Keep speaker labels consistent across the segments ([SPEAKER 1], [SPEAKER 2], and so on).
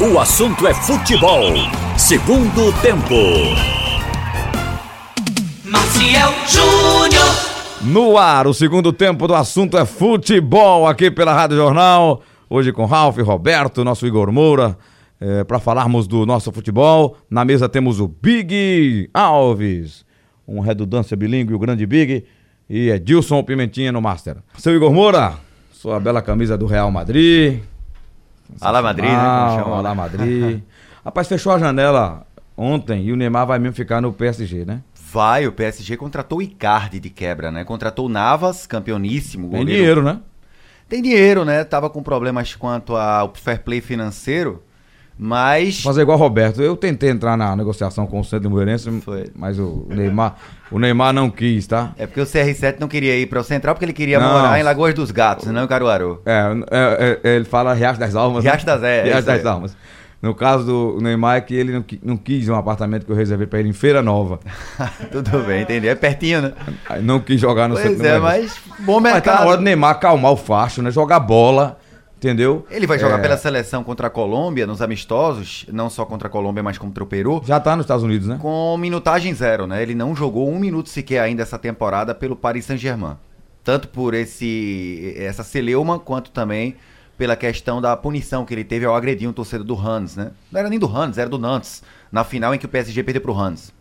[SPEAKER 1] O assunto é futebol. Segundo tempo.
[SPEAKER 2] Maciel Júnior.
[SPEAKER 3] No ar, o segundo tempo do assunto é futebol aqui pela Rádio Jornal. Hoje com Ralf, Roberto, nosso Igor Moura. É, para falarmos do nosso futebol, na mesa temos o Big Alves, um redundância bilíngue, o grande Big, e Edilson Pimentinha no Master. Seu Igor Moura, sua bela camisa do Real Madrid.
[SPEAKER 4] Alá Madrid, né? Como
[SPEAKER 3] Ah,
[SPEAKER 4] chama,
[SPEAKER 3] Alá
[SPEAKER 4] né?
[SPEAKER 3] Madrid. Rapaz, fechou a janela ontem e o Neymar vai mesmo ficar no PSG, né?
[SPEAKER 4] Vai, o PSG contratou o Icardi de quebra, né? Contratou o Navas, campeoníssimo.
[SPEAKER 3] Tem
[SPEAKER 4] goleiro.
[SPEAKER 3] dinheiro, né?
[SPEAKER 4] Tem dinheiro, né? Tava com problemas quanto ao fair play financeiro, mas...
[SPEAKER 3] Fazer é igual o Roberto. Eu tentei entrar na negociação com o Centro Moreirense,
[SPEAKER 4] Foi.
[SPEAKER 3] mas o Neymar, o Neymar não quis, tá?
[SPEAKER 4] É porque o CR7 não queria ir para o Central porque ele queria
[SPEAKER 3] Não.
[SPEAKER 4] morar em Lagoas dos Gatos, não em Caruaru.
[SPEAKER 3] É, é, é, ele fala Riacho das Almas. né?
[SPEAKER 4] Riacho das- é,
[SPEAKER 3] Riacho
[SPEAKER 4] isso aí.
[SPEAKER 3] das Almas. No caso do Neymar, é que ele não, qui- não quis um apartamento que eu reservei pra ele em Feira Nova.
[SPEAKER 4] Tudo bem, entendi. É pertinho, né?
[SPEAKER 3] Aí Não quis jogar no
[SPEAKER 4] Pois
[SPEAKER 3] Centro
[SPEAKER 4] é,
[SPEAKER 3] Moreirense.
[SPEAKER 4] mas bom
[SPEAKER 3] Mas tá
[SPEAKER 4] mercado.
[SPEAKER 3] na hora do Neymar acalmar o facho, né? Jogar bola, entendeu?
[SPEAKER 4] Ele vai
[SPEAKER 3] É,
[SPEAKER 4] jogar pela seleção contra a Colômbia, nos amistosos, não só contra a Colômbia, mas contra o Peru.
[SPEAKER 3] Já tá nos Estados Unidos, né?
[SPEAKER 4] com minutagem zero, né? Ele não jogou um minuto sequer ainda essa temporada pelo Paris Saint-Germain. Tanto por esse essa celeuma, quanto também pela questão da punição que ele teve ao agredir um torcedor do Hans, né? Não era nem do Hans, era do Nantes, na final em que o PSG perdeu pro Hans.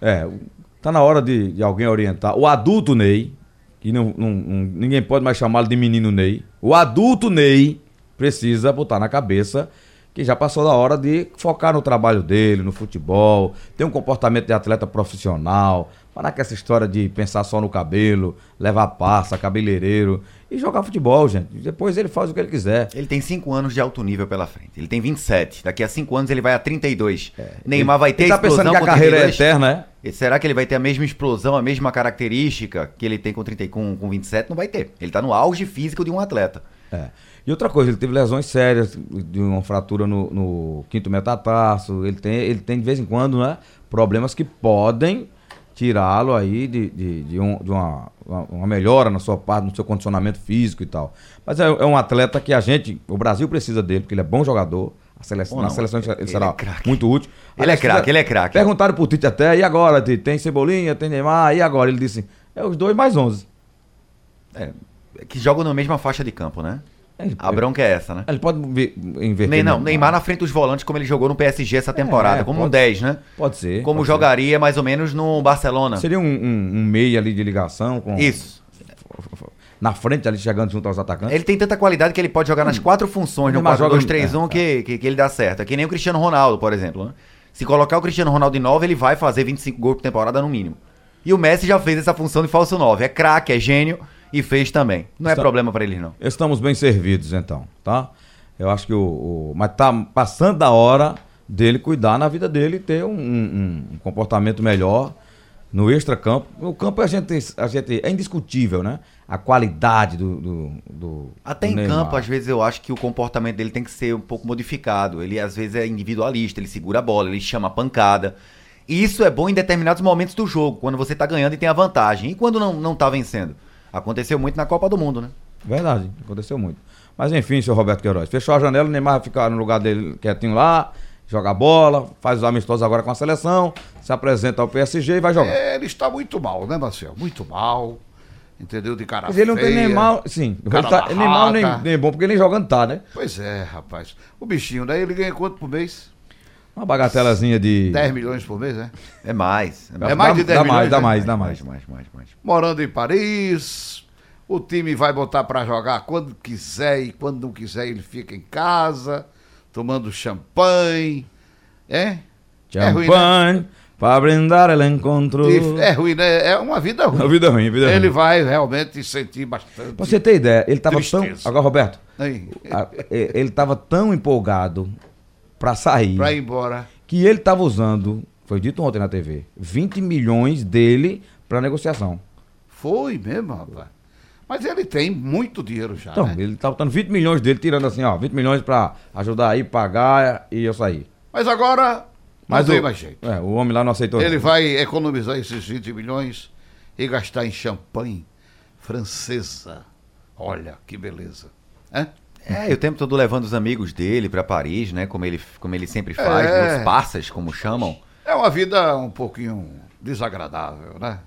[SPEAKER 3] É, o- tá na hora de, de alguém orientar. O adulto Ney, que não, não- não- ninguém pode mais chamá-lo de menino Ney. O adulto Ney precisa botar na cabeça que já passou da hora de focar no trabalho dele, no futebol, ter um comportamento de atleta profissional, parar com essa história de pensar só no cabelo, levar passa, cabeleireiro e jogar futebol, gente. Depois ele faz o que ele quiser.
[SPEAKER 4] Ele tem 5 anos de alto nível pela frente. Ele tem 27. Daqui a 5 anos ele vai a 32. Neymar vai ter
[SPEAKER 3] ele tá pensando que a
[SPEAKER 4] com
[SPEAKER 3] carreira é
[SPEAKER 4] 32.
[SPEAKER 3] eterna, é?
[SPEAKER 4] E Será que ele vai ter a mesma explosão, a mesma característica que ele tem com 30 e um, com, com 27? Não vai ter. Ele tá no auge físico de um atleta.
[SPEAKER 3] É. E outra coisa, ele teve lesões sérias, de uma fratura no, no quinto metatarso, ele tem, ele tem de vez em quando, né? Problemas que podem tirá-lo aí de, de, de um- de uma, uma- uma melhora na sua parte, no seu condicionamento físico e tal. Mas é, é um atleta que a gente, o Brasil precisa dele, porque ele é bom jogador. A seleção,
[SPEAKER 4] Ou
[SPEAKER 3] na
[SPEAKER 4] não,
[SPEAKER 3] seleção ele,
[SPEAKER 4] ele
[SPEAKER 3] será
[SPEAKER 4] é craque.
[SPEAKER 3] muito útil.
[SPEAKER 4] Ele é craque, ele é craque.
[SPEAKER 3] Perguntaram pro Tite até, e agora, Tite? Tem Cebolinha, tem Neymar, e agora? Ele disse, é os dois mais onze.
[SPEAKER 4] É, que jogam na mesma faixa de campo, né?
[SPEAKER 3] Ele,
[SPEAKER 4] A bronca é essa, né?
[SPEAKER 3] ele pode vi- inverter.
[SPEAKER 4] Nem, não,
[SPEAKER 3] né?
[SPEAKER 4] Neymar na frente dos volantes, como ele jogou no PSG essa temporada,
[SPEAKER 3] é,
[SPEAKER 4] como um
[SPEAKER 3] pode-
[SPEAKER 4] 10, né?
[SPEAKER 3] Pode ser.
[SPEAKER 4] Como
[SPEAKER 3] pode ser.
[SPEAKER 4] jogaria mais ou menos no Barcelona.
[SPEAKER 3] Seria um, um, um meio ali de ligação com.
[SPEAKER 4] Isso.
[SPEAKER 3] Na frente ali, chegando junto aos atacantes.
[SPEAKER 4] Ele tem tanta qualidade que ele pode jogar nas quatro funções, no
[SPEAKER 3] né? Hum. Neymar joga-
[SPEAKER 4] 4-2-3-1, que, que, que ele dá certo. É que nem o Cristiano Ronaldo, por exemplo. né? Se colocar o Cristiano Ronaldo de 9, ele vai fazer 25 gols por temporada no mínimo. E o Messi já fez essa função de falso 9. É craque, é gênio e fez também. Não é
[SPEAKER 3] Está-
[SPEAKER 4] problema pra ele, não.
[SPEAKER 3] Estamos bem servidos, então, tá? Eu acho que o. o- Mas tá passando da hora dele cuidar na vida dele e ter um, um- um comportamento melhor no extracampo. O campo a gente, a gente. É indiscutível, né? A qualidade do. do, do-
[SPEAKER 4] Até
[SPEAKER 3] do
[SPEAKER 4] em
[SPEAKER 3] Neymar.
[SPEAKER 4] campo, às vezes eu acho que o comportamento dele tem que ser um pouco modificado. Ele às vezes é individualista, ele segura a bola, ele chama a pancada. E isso é bom em determinados momentos do jogo, quando você tá ganhando e tem a vantagem. E quando não, não tá vencendo? Aconteceu muito na Copa do Mundo, né?
[SPEAKER 3] Verdade, aconteceu muito. Mas enfim, seu Roberto Queiroz, fechou a janela, o Neymar vai ficar no lugar dele quietinho lá, joga bola, faz os amistosos agora com a seleção, se apresenta ao PSG e vai jogar.
[SPEAKER 5] É, ele está muito mal, né, Marcelo? Muito mal. Entendeu? De cara
[SPEAKER 3] Mas ele não tem
[SPEAKER 5] feia.
[SPEAKER 3] nem mal, sim, ele
[SPEAKER 5] cara
[SPEAKER 3] tá, nem mal nem,
[SPEAKER 5] barraca.
[SPEAKER 3] nem bom, porque nem jogando tá, né?
[SPEAKER 5] Pois é, rapaz. O bichinho, daí ele ganha quanto por mês?
[SPEAKER 3] Uma bagatelazinha de...
[SPEAKER 5] 10 milhões por mês, né?
[SPEAKER 4] É mais. É
[SPEAKER 3] Dá-
[SPEAKER 5] É mais de
[SPEAKER 3] dá,
[SPEAKER 5] 10
[SPEAKER 3] mais,
[SPEAKER 5] milhões,
[SPEAKER 3] dá
[SPEAKER 5] né?
[SPEAKER 3] mais, dá mais.
[SPEAKER 4] mais, mais, mais.
[SPEAKER 5] Morando em Paris. O time vai botar pra jogar quando quiser e quando não quiser ele fica em casa, tomando champanhe. É? É ruim, né?
[SPEAKER 3] Champanhe, pra brindar ela encontrou...
[SPEAKER 5] E- É ruim, né? É uma vida
[SPEAKER 3] A
[SPEAKER 5] ruim.
[SPEAKER 3] vida ruim, a vida
[SPEAKER 5] Ele
[SPEAKER 3] ruim.
[SPEAKER 5] vai realmente sentir bastante. né?
[SPEAKER 3] Pra você ter ideia, ele tava
[SPEAKER 5] Tristeza.
[SPEAKER 3] tão... Agora, Roberto,
[SPEAKER 5] Aí,
[SPEAKER 3] a- e- ele tava tão empolgado pra sair...
[SPEAKER 5] pra ir embora.
[SPEAKER 3] que ele estava usando, foi dito ontem na TV, 20 milhões dele para negociação.
[SPEAKER 5] Foi mesmo, rapaz. Mas ele tem muito dinheiro já,
[SPEAKER 3] Então,
[SPEAKER 5] né?
[SPEAKER 3] ele estava botando 20 milhões dele, tirando assim, ó, 20 milhões para ajudar aí, pagar e eu sair.
[SPEAKER 5] Mas agora
[SPEAKER 3] Mas
[SPEAKER 5] não
[SPEAKER 3] o,
[SPEAKER 5] tem mais jeito.
[SPEAKER 3] é, o homem lá não aceitou.
[SPEAKER 5] Ele
[SPEAKER 3] não.
[SPEAKER 5] vai economizar esses 20 milhões e gastar em champanhe francesa. Olha que beleza. Hã?
[SPEAKER 4] É, e o tempo todo levando os amigos dele pra Paris, né? Como ele, como ele sempre faz,
[SPEAKER 5] É.
[SPEAKER 4] né, os passas, como chamam.
[SPEAKER 5] É uma vida um pouquinho desagradável, né?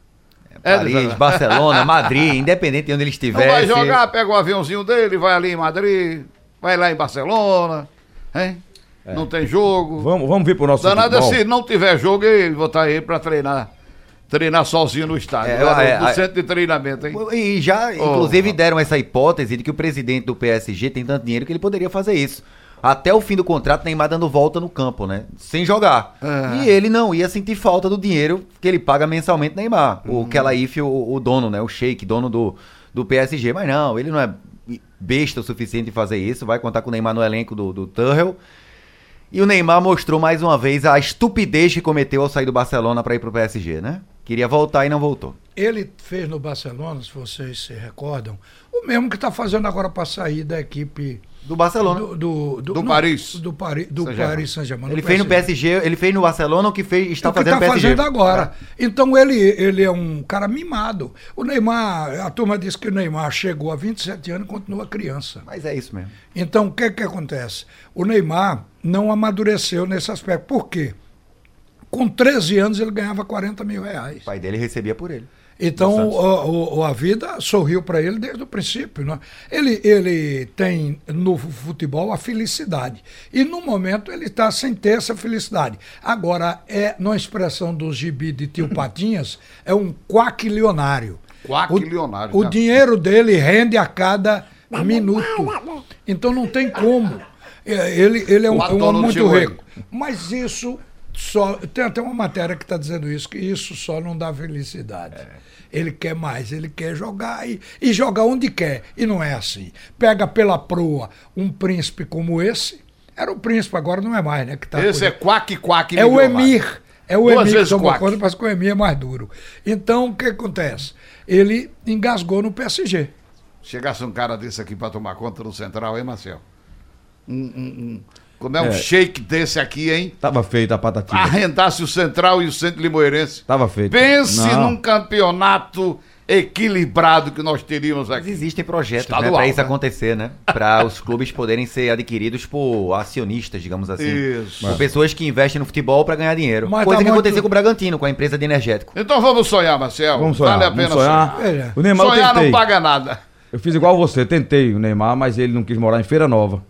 [SPEAKER 5] É,
[SPEAKER 4] Paris,
[SPEAKER 5] desagradável.
[SPEAKER 4] Barcelona, Madrid, independente de onde ele
[SPEAKER 5] Não
[SPEAKER 4] estivesse.
[SPEAKER 5] vai jogar, pega o aviãozinho dele, vai ali em Madrid, vai lá em Barcelona, hein? Não tem jogo.
[SPEAKER 3] É. Vamos, vamos vir pro nosso
[SPEAKER 5] Danada,
[SPEAKER 3] futebol.
[SPEAKER 5] se não tiver jogo, ele botar ele pra treinar. Treinar sozinho no estádio.
[SPEAKER 4] É,
[SPEAKER 5] lá no,
[SPEAKER 4] é,
[SPEAKER 5] no
[SPEAKER 4] é.
[SPEAKER 5] centro de treinamento, hein?
[SPEAKER 4] E já,
[SPEAKER 5] Oh,
[SPEAKER 4] inclusive, deram essa hipótese de que o presidente do PSG tem tanto dinheiro que ele poderia fazer isso. Até o fim do contrato, Neymar dando volta no campo, né? Sem jogar.
[SPEAKER 5] Ah.
[SPEAKER 4] E ele não ia sentir falta do dinheiro que ele paga mensalmente Neymar. O Kelaif, o, o dono, né? O Sheik, dono do, do PSG. Mas não, ele não é besta o suficiente em fazer isso. Vai contar com o Neymar no elenco do, do Tuchel. E o Neymar mostrou mais uma vez a estupidez que cometeu ao sair do Barcelona para ir pro PSG, né? Queria voltar e não voltou.
[SPEAKER 6] Ele fez no Barcelona, se vocês se recordam, o mesmo que está fazendo agora para sair da equipe
[SPEAKER 4] Do Barcelona.
[SPEAKER 6] do, do,
[SPEAKER 5] Do Paris.
[SPEAKER 6] Do, Pari, do
[SPEAKER 5] Saint-Germain.
[SPEAKER 6] Paris Saint-Germain.
[SPEAKER 4] Ele fez no PSG, ele fez no Barcelona o que fez, está
[SPEAKER 6] o que
[SPEAKER 4] tá fazendo
[SPEAKER 6] está
[SPEAKER 4] no PSG.
[SPEAKER 6] fazendo agora.
[SPEAKER 4] É.
[SPEAKER 6] Então ele, ele é um cara mimado. O Neymar, a turma disse que o Neymar chegou a 27 anos e continua criança.
[SPEAKER 4] Mas é isso mesmo.
[SPEAKER 6] Então, o que, que acontece? O Neymar não amadureceu nesse aspecto. Por quê? Com 13 anos ele ganhava 40 mil reais.
[SPEAKER 4] O pai dele recebia por ele.
[SPEAKER 6] Então
[SPEAKER 4] Bastante.
[SPEAKER 6] o- o- a vida sorriu para ele desde o princípio. Né? Ele, ele tem no futebol a felicidade. E no momento ele está sem ter essa felicidade. Agora, é na expressão do gibi de tio Patinhas, é um quaquilionário.
[SPEAKER 5] Quaquilionário,
[SPEAKER 6] O,
[SPEAKER 5] né?
[SPEAKER 6] o dinheiro dele rende a cada minuto. Então não tem como. É, Ele, ele é um,
[SPEAKER 5] O
[SPEAKER 6] um
[SPEAKER 5] Adorno
[SPEAKER 6] homem muito
[SPEAKER 5] chegou aí.
[SPEAKER 6] rico. Mas isso só. Tem até uma matéria que está dizendo isso, que isso só não dá felicidade.
[SPEAKER 5] É.
[SPEAKER 6] Ele quer mais, ele quer jogar e, e jogar onde quer. E não é assim. Pega pela proa um príncipe como esse. Era o príncipe, agora não é mais, né? Que tá
[SPEAKER 5] Esse é quack, quack.
[SPEAKER 6] é o Emir. É o
[SPEAKER 5] Duas
[SPEAKER 6] Emir que
[SPEAKER 5] vezes
[SPEAKER 6] tomou
[SPEAKER 5] quack.
[SPEAKER 6] conta, mas que o Emir é mais duro. Então, o que acontece? Ele engasgou no PSG.
[SPEAKER 5] Chegasse um cara desse aqui pra tomar conta do Central, hein, Marcel? Um, um- um- Como é um
[SPEAKER 3] É.
[SPEAKER 5] shake desse aqui, hein?
[SPEAKER 3] Tava feita a patativa.
[SPEAKER 5] Arrendasse o Central e o Centro Limoeirense.
[SPEAKER 3] Tava feito.
[SPEAKER 5] Pense
[SPEAKER 3] Tá Não.
[SPEAKER 5] num campeonato equilibrado que nós teríamos
[SPEAKER 4] Mas
[SPEAKER 5] aqui.
[SPEAKER 4] existem projetos né,
[SPEAKER 5] Estadual,
[SPEAKER 4] para isso
[SPEAKER 5] né?
[SPEAKER 4] acontecer, né? Para os clubes poderem ser adquiridos por acionistas, digamos assim.
[SPEAKER 5] Isso.
[SPEAKER 4] Por pessoas que investem no futebol para ganhar dinheiro.
[SPEAKER 6] Mas
[SPEAKER 4] Coisa
[SPEAKER 6] tá
[SPEAKER 4] que
[SPEAKER 6] muito-
[SPEAKER 4] aconteceu com o Bragantino, com a empresa de energético.
[SPEAKER 5] Então vamos sonhar, Marcel.
[SPEAKER 3] Vamos sonhar.
[SPEAKER 5] Vale a pena
[SPEAKER 3] vamos sonhar.
[SPEAKER 6] sonhar.
[SPEAKER 3] O Neymar
[SPEAKER 5] sonhar
[SPEAKER 3] eu tentei.
[SPEAKER 5] não paga nada.
[SPEAKER 3] Eu fiz igual você, tentei o Neymar, mas ele não quis morar em Feira Nova.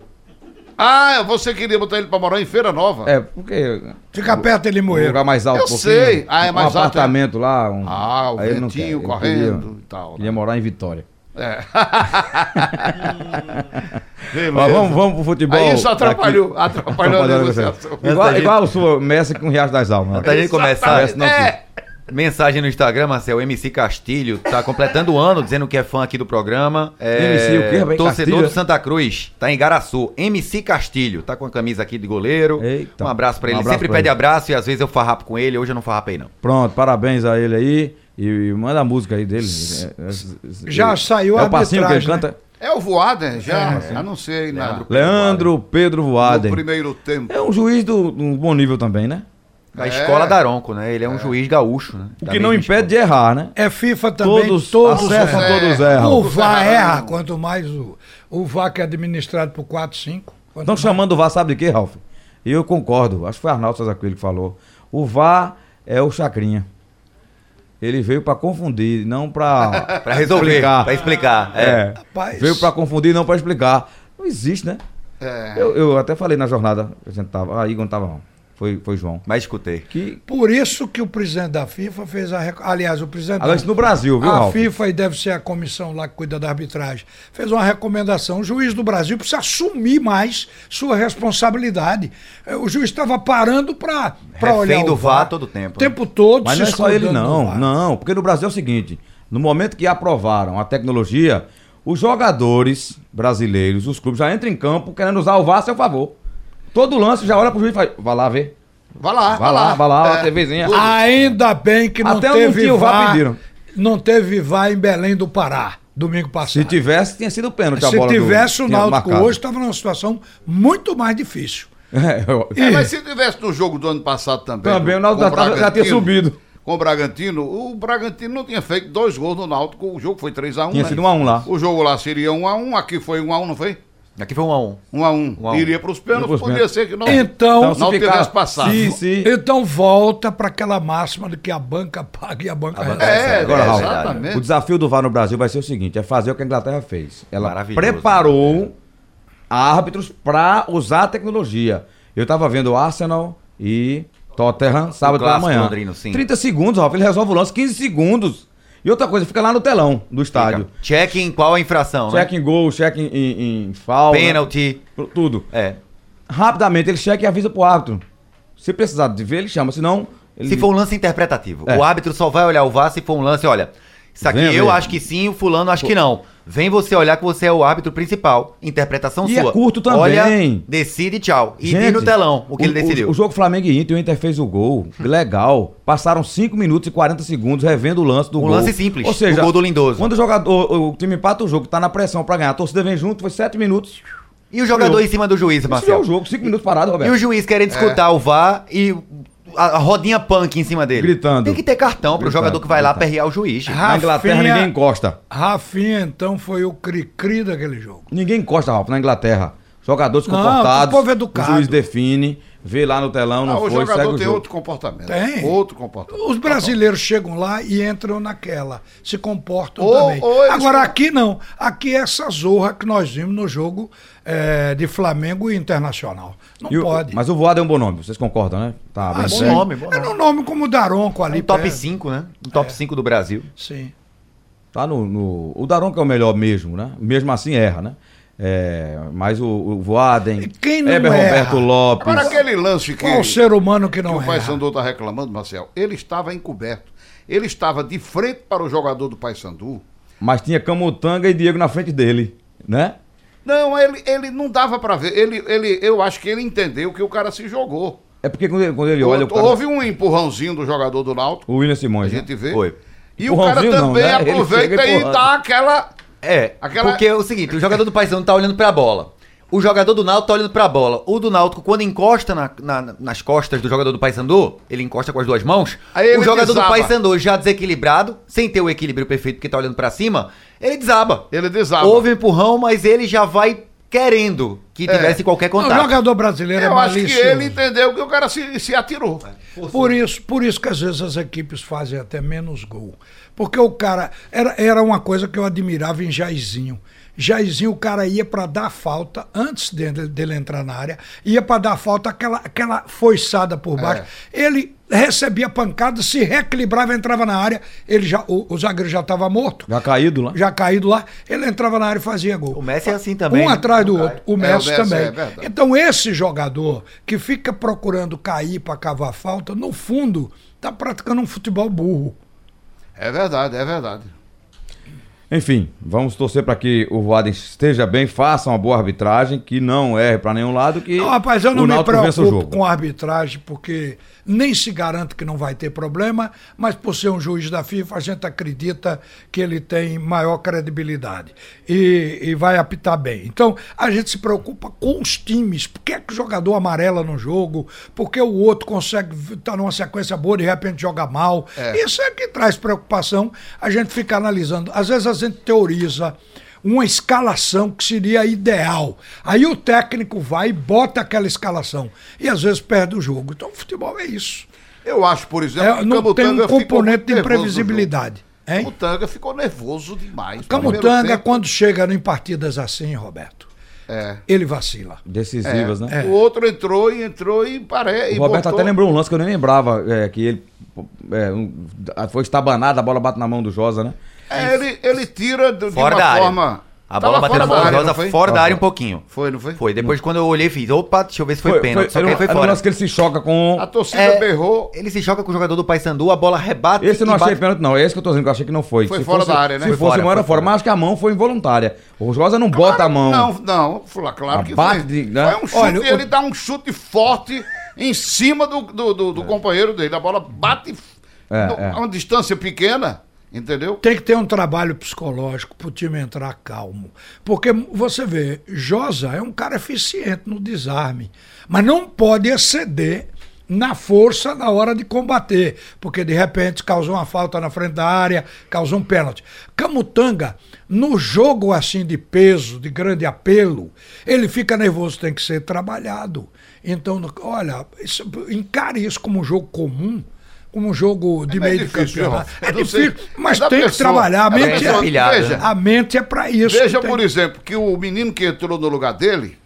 [SPEAKER 5] Ah, você queria botar ele pra morar em Feira Nova.
[SPEAKER 3] É, porque
[SPEAKER 6] Fica perto de
[SPEAKER 3] um
[SPEAKER 6] Limoeiro.
[SPEAKER 3] lugar mais alto
[SPEAKER 5] Eu
[SPEAKER 3] um pouquinho.
[SPEAKER 5] sei. Ah, é
[SPEAKER 3] um
[SPEAKER 5] mais alto,
[SPEAKER 3] apartamento lá. Um...
[SPEAKER 5] Ah, o
[SPEAKER 3] Aí ele não quer,
[SPEAKER 5] ventinho
[SPEAKER 3] ele
[SPEAKER 5] correndo
[SPEAKER 3] queria-
[SPEAKER 5] e tal.
[SPEAKER 3] Ele ia
[SPEAKER 5] Né?
[SPEAKER 3] morar em Vitória.
[SPEAKER 5] É.
[SPEAKER 3] Mas vamos, vamos pro futebol.
[SPEAKER 5] Aí isso
[SPEAKER 3] daqui.
[SPEAKER 5] atrapalhou, atrapalhou a negociação.
[SPEAKER 3] Igual, igual o seu Messi com o Riacho das Almas.
[SPEAKER 4] Antes da gente começar,
[SPEAKER 3] Messi não quis.
[SPEAKER 5] É,
[SPEAKER 4] mensagem no Instagram, Marcel, MC Castilho, tá completando o ano dizendo que é fã aqui do programa. É,
[SPEAKER 3] MC o quê, rapaz?
[SPEAKER 4] Torcedor
[SPEAKER 3] Castilho, é?
[SPEAKER 4] do Santa Cruz, tá em Garaçu. MC Castilho, tá com a camisa aqui de goleiro.
[SPEAKER 3] Eita.
[SPEAKER 4] Um abraço pra
[SPEAKER 3] Um
[SPEAKER 4] ele.
[SPEAKER 3] abraço
[SPEAKER 4] Sempre
[SPEAKER 3] pra
[SPEAKER 4] pede
[SPEAKER 3] ele.
[SPEAKER 4] abraço e às vezes eu farrapo com ele. Hoje eu não farrapei, não.
[SPEAKER 3] Pronto, parabéns a ele aí. E, e manda a música aí dele. É, é, é,
[SPEAKER 6] Já saiu
[SPEAKER 3] é
[SPEAKER 6] a
[SPEAKER 3] o passinho que ele
[SPEAKER 6] arbitragem,
[SPEAKER 3] canta.
[SPEAKER 5] é o Voaden, já, já não sei, na,
[SPEAKER 4] Leandro
[SPEAKER 3] Leandro Pedro
[SPEAKER 5] no
[SPEAKER 3] Voaden.
[SPEAKER 5] primeiro tempo.
[SPEAKER 3] É um juiz do, de um bom nível também, né?
[SPEAKER 4] Da
[SPEAKER 5] É.
[SPEAKER 4] escola Daronco, né? Ele é um juiz gaúcho, né?
[SPEAKER 3] O
[SPEAKER 4] Da
[SPEAKER 3] que não
[SPEAKER 4] mesma
[SPEAKER 3] impede de errar, né?
[SPEAKER 6] É FIFA também.
[SPEAKER 3] Todos, acessam,
[SPEAKER 6] erram.
[SPEAKER 3] todos
[SPEAKER 5] É.
[SPEAKER 3] erram.
[SPEAKER 6] O
[SPEAKER 5] Todos
[SPEAKER 6] VAR
[SPEAKER 5] erram.
[SPEAKER 6] erra, quanto mais o, o VAR que é administrado por 4, 5. quanto
[SPEAKER 3] Estão
[SPEAKER 6] mais-
[SPEAKER 3] chamando o VAR, sabe de quê, Ralf? E eu concordo, acho que foi Arnaldo César Coelho que falou. O VAR é o Chacrinha. Ele veio pra confundir, não pra
[SPEAKER 4] Pra resolver,
[SPEAKER 3] explicar.
[SPEAKER 4] pra explicar. É.
[SPEAKER 3] É,
[SPEAKER 6] Rapaz.
[SPEAKER 3] veio pra confundir, não pra explicar. Não existe, né?
[SPEAKER 5] É.
[SPEAKER 3] Eu, eu até falei na jornada, a gente tava, ah, Igor não tava não, foi, foi João.
[SPEAKER 4] Mas escutei.
[SPEAKER 3] Que,
[SPEAKER 6] Por isso que o presidente da FIFA fez a. reco- Aliás, o presidente.
[SPEAKER 3] aliás, no Brasil, viu,
[SPEAKER 6] a
[SPEAKER 3] Ralf?
[SPEAKER 6] FIFA, e deve ser a comissão lá que cuida da arbitragem, fez uma recomendação. O juiz do Brasil precisa assumir mais sua responsabilidade. Eh, O juiz estava parando para
[SPEAKER 4] Refém
[SPEAKER 6] olhar.
[SPEAKER 4] do
[SPEAKER 6] o
[SPEAKER 4] VAR todo tempo, né?
[SPEAKER 6] O tempo todo.
[SPEAKER 3] Mas
[SPEAKER 6] se
[SPEAKER 3] não é só ele
[SPEAKER 6] escudando no
[SPEAKER 3] não,
[SPEAKER 6] VAR.
[SPEAKER 3] não, porque no Brasil é o seguinte, no momento que aprovaram a tecnologia, os jogadores brasileiros, os clubes já entram em campo querendo usar o VAR a seu favor. Todo lance já olha pro juiz e faz, vai lá ver.
[SPEAKER 5] Vai lá,
[SPEAKER 3] Vai lá, vai lá,
[SPEAKER 5] É.
[SPEAKER 3] a TVzinha. Ah,
[SPEAKER 6] Ainda bem que não
[SPEAKER 3] Até onde
[SPEAKER 6] teve
[SPEAKER 3] tinha o VAR
[SPEAKER 6] VAR.
[SPEAKER 3] pediram.
[SPEAKER 6] Não teve VAR em Belém do Pará, domingo
[SPEAKER 3] Se
[SPEAKER 6] passado.
[SPEAKER 3] tivesse, tinha sido pênalti a
[SPEAKER 6] Se
[SPEAKER 3] bola do-
[SPEAKER 6] tivesse o
[SPEAKER 3] tinha
[SPEAKER 6] Náutico
[SPEAKER 3] marcado.
[SPEAKER 6] hoje, estava numa situação muito mais difícil.
[SPEAKER 3] É, eu-
[SPEAKER 5] É, mas se tivesse no jogo do ano passado também.
[SPEAKER 3] Também
[SPEAKER 5] do-
[SPEAKER 3] o Náutico
[SPEAKER 5] com
[SPEAKER 3] já tava- já tinha
[SPEAKER 5] Bragantino,
[SPEAKER 3] subido.
[SPEAKER 5] Com o Bragantino, o Bragantino não tinha feito dois gols no Náutico, né? o jogo um foi 3x1.
[SPEAKER 3] Tinha sido 1 a 1 lá.
[SPEAKER 5] O jogo lá seria 1x1, aqui foi 1x1, não foi?
[SPEAKER 4] Aqui foi um a um.
[SPEAKER 5] Um a um.
[SPEAKER 4] Um a um.
[SPEAKER 5] Iria para os pênaltis,
[SPEAKER 3] Iria pros
[SPEAKER 5] poderia
[SPEAKER 3] pênaltis.
[SPEAKER 5] ser que não.
[SPEAKER 6] Então,
[SPEAKER 5] se não
[SPEAKER 3] ficar-
[SPEAKER 5] tivesse passado.
[SPEAKER 3] Se, se-
[SPEAKER 6] Então volta para aquela máxima de que a banca paga e a banca recebe.
[SPEAKER 5] É,
[SPEAKER 4] Agora,
[SPEAKER 5] é,
[SPEAKER 4] Raul,
[SPEAKER 3] O
[SPEAKER 5] exatamente.
[SPEAKER 3] desafio do VAR no Brasil vai ser o seguinte: é fazer o que a Inglaterra fez. Ela
[SPEAKER 4] Maravilhoso, né?
[SPEAKER 3] preparou árbitros para usar a tecnologia. Eu tava vendo o Arsenal e Tottenham sábado pela
[SPEAKER 4] clássico
[SPEAKER 3] manhã.
[SPEAKER 4] londrino, sim.
[SPEAKER 3] 30 segundos, Ralf, ele resolve o lance, 15 segundos. E outra coisa, fica lá no telão do estádio.
[SPEAKER 4] Check em qual a infração,
[SPEAKER 3] Check em gol, check em, em, em falta.
[SPEAKER 4] né? é? Pênalti.
[SPEAKER 3] né? Tudo.
[SPEAKER 4] É.
[SPEAKER 3] Rapidamente ele checa e avisa pro árbitro. Se precisar de ver, ele chama, senão. Ele...
[SPEAKER 4] Se for um lance interpretativo.
[SPEAKER 3] É.
[SPEAKER 4] O árbitro só vai olhar o VAR se for um lance, olha. Isso aqui
[SPEAKER 3] Vem
[SPEAKER 4] eu
[SPEAKER 3] ver.
[SPEAKER 4] acho que sim, o fulano acho que não. Vem você olhar que você é o árbitro principal. Interpretação
[SPEAKER 3] E é
[SPEAKER 4] sua.
[SPEAKER 3] curto também.
[SPEAKER 4] Olha, decide, tchau. E diz no
[SPEAKER 3] Gente,
[SPEAKER 4] telão o que ele decidiu.
[SPEAKER 3] O, jogo Flamengo e Inter, o Inter fez o gol. Legal. Passaram 5 minutos e 40 segundos revendo o lance do
[SPEAKER 4] Um
[SPEAKER 3] gol.
[SPEAKER 4] lance simples,
[SPEAKER 3] Ou seja,
[SPEAKER 4] o gol do Lindoso.
[SPEAKER 3] Quando o jogador, o, o time empata o jogo, tá na pressão pra ganhar, a torcida vem junto, foi 7 minutos.
[SPEAKER 4] E o jogador em cima do juiz,
[SPEAKER 3] Isso é
[SPEAKER 4] Marcelo?
[SPEAKER 3] o jogo, é. 5 minutos parado,
[SPEAKER 4] E
[SPEAKER 3] Roberto.
[SPEAKER 4] o juiz querendo escutar o VAR e a, a rodinha punk em cima dele.
[SPEAKER 3] Gritando.
[SPEAKER 4] Tem que ter cartão pro
[SPEAKER 3] Gritando,
[SPEAKER 4] jogador que vai lá
[SPEAKER 3] gritando.
[SPEAKER 4] perrear o juiz. gente.
[SPEAKER 6] Ah.
[SPEAKER 3] Na Inglaterra
[SPEAKER 6] Rafinha-
[SPEAKER 3] ninguém encosta.
[SPEAKER 6] Rafinha, então, foi o cri-cri daquele jogo.
[SPEAKER 3] Ninguém encosta, Ralf, na Inglaterra. Jogadores
[SPEAKER 6] Não,
[SPEAKER 3] comportados.
[SPEAKER 6] o povo é educado.
[SPEAKER 3] O juiz define, vê lá no telão, não
[SPEAKER 5] Ah, o
[SPEAKER 3] foi, segue
[SPEAKER 5] jogador
[SPEAKER 3] o
[SPEAKER 5] tem
[SPEAKER 3] jogo.
[SPEAKER 5] outro comportamento.
[SPEAKER 6] Tem.
[SPEAKER 5] Outro comportamento.
[SPEAKER 6] Os brasileiros chegam lá e entram naquela, se comportam
[SPEAKER 5] Ou-
[SPEAKER 6] também.
[SPEAKER 5] ou eles-
[SPEAKER 6] Agora, aqui não. Aqui é essa zorra que nós vimos no jogo eh, de Flamengo e Internacional. Não
[SPEAKER 3] E o-
[SPEAKER 6] pode.
[SPEAKER 3] Mas o voado é um bom nome, vocês concordam, né? Tá, bem.
[SPEAKER 6] sim.
[SPEAKER 4] bom nome, bom
[SPEAKER 6] é
[SPEAKER 4] nome.
[SPEAKER 6] no nome É como Daronco ali.
[SPEAKER 4] Um
[SPEAKER 3] é.
[SPEAKER 4] top
[SPEAKER 6] perto.
[SPEAKER 4] 5, né? Um top 5 do Brasil.
[SPEAKER 6] Sim.
[SPEAKER 3] Tá no, no- O Daronco é o melhor mesmo, né? Mesmo assim erra, né? É, mas o, o Voaden,
[SPEAKER 6] E quem não
[SPEAKER 3] Heber
[SPEAKER 6] erra?
[SPEAKER 3] Roberto Lopes.
[SPEAKER 5] Agora, aquele lance que,
[SPEAKER 6] Qual ser humano que
[SPEAKER 5] que
[SPEAKER 6] não
[SPEAKER 5] o
[SPEAKER 6] é?
[SPEAKER 5] Paysandu está reclamando, Marcel, ele estava encoberto. Ele estava de frente para o jogador do Paysandu.
[SPEAKER 3] Mas tinha Camutanga e Diego na frente dele, né?
[SPEAKER 5] Não, ele, ele não dava para ver. Ele, ele, eu acho que ele entendeu que o cara se jogou.
[SPEAKER 3] É porque quando ele, quando ele olha o cara-
[SPEAKER 5] Houve um empurrãozinho do jogador do Náutico,
[SPEAKER 3] o William
[SPEAKER 5] a
[SPEAKER 3] Simões. né?
[SPEAKER 5] gente vê.
[SPEAKER 4] Foi.
[SPEAKER 5] E o cara
[SPEAKER 3] Empurrãozinho não,
[SPEAKER 5] também
[SPEAKER 3] né? Ele
[SPEAKER 5] aproveita
[SPEAKER 3] chega
[SPEAKER 5] e
[SPEAKER 3] empurrando.
[SPEAKER 5] dá
[SPEAKER 6] tá-
[SPEAKER 5] aquela.
[SPEAKER 4] É,
[SPEAKER 5] Aquela-
[SPEAKER 4] porque é o seguinte, o jogador do Paysandu tá olhando pra bola. O jogador do Náutico tá olhando pra bola. O do Náutico, quando encosta na- na- nas costas do jogador do Paysandu, ele encosta com as duas mãos,
[SPEAKER 5] Aí ele
[SPEAKER 4] o jogador
[SPEAKER 5] desaba.
[SPEAKER 4] do Paysandu já desequilibrado, sem ter o equilíbrio perfeito porque tá olhando pra cima, ele desaba.
[SPEAKER 5] Ele desaba.
[SPEAKER 4] Houve um empurrão, mas ele já vai querendo
[SPEAKER 5] É.
[SPEAKER 4] que tivesse qualquer
[SPEAKER 6] Não, O
[SPEAKER 4] contato.
[SPEAKER 6] jogador brasileiro é
[SPEAKER 5] Eu acho que
[SPEAKER 6] malicioso.
[SPEAKER 5] ele entendeu que o cara se, se atirou.
[SPEAKER 6] Por isso, por isso que às vezes as equipes fazem até menos gol. Porque o cara. Era, era uma coisa que eu admirava em Jairzinho. Jairzinho, o cara ia pra dar falta, antes dele, dele entrar na área, ia pra dar falta, aquela, aquela foiçada
[SPEAKER 5] É.
[SPEAKER 6] por baixo. Ele recebia pancada, se reequilibrava, entrava na área, ele já, o, o zagueiro já estava morto,
[SPEAKER 3] Já caído lá.
[SPEAKER 6] já caído lá, ele entrava na área e fazia gol.
[SPEAKER 4] O Messi é assim também.
[SPEAKER 6] Um
[SPEAKER 4] né?
[SPEAKER 6] atrás do outro. O Messi
[SPEAKER 5] É, o Messi,
[SPEAKER 6] também.
[SPEAKER 5] é verdade.
[SPEAKER 6] então, esse jogador que fica procurando cair para cavar falta, no fundo, tá praticando um futebol burro.
[SPEAKER 5] É verdade, é verdade.
[SPEAKER 3] Enfim, vamos torcer para que o Voaden esteja bem, faça uma boa arbitragem, que não erre para nenhum lado, que
[SPEAKER 6] Não, rapaz, eu não
[SPEAKER 3] o
[SPEAKER 6] me
[SPEAKER 3] Náutico vença o
[SPEAKER 6] preocupo
[SPEAKER 3] jogo.
[SPEAKER 6] com a arbitragem, porque nem se garante que não vai ter problema, mas por ser um juiz da FIFA, a gente acredita que ele tem maior credibilidade e, e vai apitar bem. Então, a gente se preocupa com os times. Por que, é que o jogador amarela no jogo? Por que o outro consegue estar numa sequência boa e de repente joga mal? Isso é que traz preocupação. A gente fica analisando. Às vezes a gente teoriza uma escalação que seria ideal. Aí o técnico vai e bota aquela escalação. E às vezes perde o jogo. Então o futebol é isso.
[SPEAKER 5] Eu acho, por
[SPEAKER 6] É,
[SPEAKER 5] exemplo, que
[SPEAKER 6] não tem um
[SPEAKER 5] Camutanga ficou
[SPEAKER 6] componente
[SPEAKER 5] muito
[SPEAKER 6] de
[SPEAKER 5] nervoso no
[SPEAKER 6] imprevisibilidade.
[SPEAKER 5] jogo.
[SPEAKER 6] Hein?
[SPEAKER 5] Camutanga ficou nervoso demais. No primeiro
[SPEAKER 6] Camutanga,
[SPEAKER 5] tempo,
[SPEAKER 6] quando chega em partidas assim, Roberto,
[SPEAKER 5] É.
[SPEAKER 6] ele vacila.
[SPEAKER 3] Decisivas,
[SPEAKER 6] É,
[SPEAKER 3] né?
[SPEAKER 5] O outro entrou e entrou e paré.
[SPEAKER 3] O Roberto até lembrou um lance que eu nem lembrava, é, que ele é, um- foi estabanado, a bola bate na mão do Josa, né?
[SPEAKER 5] É, ele, ele tira do- de
[SPEAKER 4] Fora
[SPEAKER 5] uma
[SPEAKER 4] da área.
[SPEAKER 5] forma.
[SPEAKER 4] A bola
[SPEAKER 5] Tava
[SPEAKER 4] bateu na mão
[SPEAKER 5] fora da área,
[SPEAKER 4] fora,
[SPEAKER 5] não foi?
[SPEAKER 4] da área um pouquinho.
[SPEAKER 5] Foi, não foi?
[SPEAKER 4] Foi. Depois, quando eu olhei, fiz, opa, deixa eu ver se foi, pênalti. Só que aí foi
[SPEAKER 3] era um
[SPEAKER 4] fora.
[SPEAKER 3] lance que ele se choca com...
[SPEAKER 5] A torcida
[SPEAKER 4] É,
[SPEAKER 5] berrou.
[SPEAKER 4] Ele se choca com o jogador do Paysandu, a bola rebate.
[SPEAKER 3] Esse eu não
[SPEAKER 4] e
[SPEAKER 3] achei
[SPEAKER 4] bate-
[SPEAKER 3] pênalti, não. É esse que eu tô dizendo que eu achei que não foi.
[SPEAKER 5] Foi fora
[SPEAKER 3] fosse-
[SPEAKER 5] da área, né?
[SPEAKER 3] Se
[SPEAKER 5] Foi
[SPEAKER 3] fosse,
[SPEAKER 4] fora,
[SPEAKER 3] não era
[SPEAKER 4] foi
[SPEAKER 3] fora.
[SPEAKER 4] fora.
[SPEAKER 3] Mas acho que a mão foi involuntária. O Rosa não bota a mão.
[SPEAKER 5] Não, não, fula- claro que
[SPEAKER 3] Abate
[SPEAKER 5] foi.
[SPEAKER 3] de- né?
[SPEAKER 5] Foi um chute,
[SPEAKER 6] Olha, o-
[SPEAKER 5] ele dá um chute forte em cima do, do, do- do companheiro dele. A bola bate
[SPEAKER 3] É,
[SPEAKER 5] no-
[SPEAKER 3] é.
[SPEAKER 5] a uma distância pequena, entendeu?
[SPEAKER 6] Tem que ter um trabalho psicológico pro time entrar calmo. Porque você vê, Josa é um cara eficiente no desarme, mas não pode exceder na força na hora de combater, porque de repente causou uma falta na frente da área, causou um pênalti. Camutanga, no jogo assim de peso, de grande apelo, ele fica nervoso, tem que ser trabalhado. Então, olha, isso, encare isso como um jogo comum. Como um jogo de
[SPEAKER 5] É
[SPEAKER 6] meio
[SPEAKER 5] meio
[SPEAKER 6] de
[SPEAKER 5] difícil,
[SPEAKER 6] campeonato.
[SPEAKER 5] João.
[SPEAKER 6] É
[SPEAKER 5] Eu não
[SPEAKER 6] difícil,
[SPEAKER 5] sei.
[SPEAKER 6] mas
[SPEAKER 5] Da
[SPEAKER 6] tem que
[SPEAKER 5] pessoa.
[SPEAKER 6] trabalhar. A
[SPEAKER 5] Da
[SPEAKER 6] mente,
[SPEAKER 5] pessoa,
[SPEAKER 6] é,
[SPEAKER 4] né?
[SPEAKER 5] veja.
[SPEAKER 6] a mente é para isso.
[SPEAKER 5] Veja,
[SPEAKER 6] tem-
[SPEAKER 5] por exemplo, que o menino que entrou no lugar dele,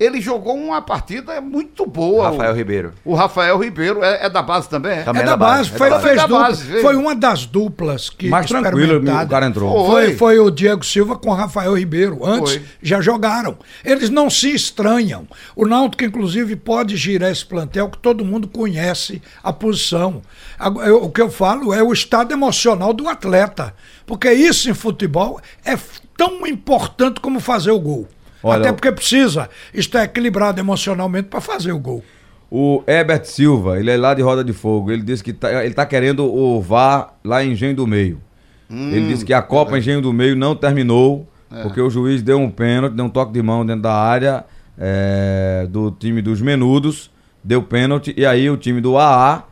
[SPEAKER 5] ele jogou uma partida muito boa.
[SPEAKER 4] Rafael
[SPEAKER 5] o,
[SPEAKER 4] Ribeiro.
[SPEAKER 5] O Rafael Ribeiro é, é da base também, é?
[SPEAKER 4] Também.
[SPEAKER 6] É
[SPEAKER 4] Mela
[SPEAKER 6] da base,
[SPEAKER 4] Base, é
[SPEAKER 6] foi,
[SPEAKER 4] da base.
[SPEAKER 6] fez
[SPEAKER 5] Da
[SPEAKER 6] dupla,
[SPEAKER 5] base, veio.
[SPEAKER 6] foi uma das duplas que
[SPEAKER 3] Mas tranquilo,
[SPEAKER 6] experimentada.
[SPEAKER 3] o cara entrou.
[SPEAKER 5] Foi.
[SPEAKER 6] Foi, foi o Diego Silva com o Rafael Ribeiro. Antes
[SPEAKER 5] Foi.
[SPEAKER 6] já jogaram. Eles não se estranham. O Náutico, inclusive, pode girar esse plantel que todo mundo conhece a posição. Agora, eu- o que eu falo é o estado emocional do atleta. Porque isso em futebol é f- tão importante como fazer o gol.
[SPEAKER 3] Olha,
[SPEAKER 6] Até
[SPEAKER 3] eu-
[SPEAKER 6] porque precisa estar equilibrado emocionalmente para fazer o gol.
[SPEAKER 3] O Herbert Silva, ele é lá de Roda de Fogo. Ele disse que tá, ele tá querendo o VAR lá em Engenho do Meio. ele disse que a Copa Engenho do Meio não terminou, porque o juiz deu um pênalti, deu um toque de mão dentro da área é, do time dos menudos, deu pênalti, e aí o time do AA,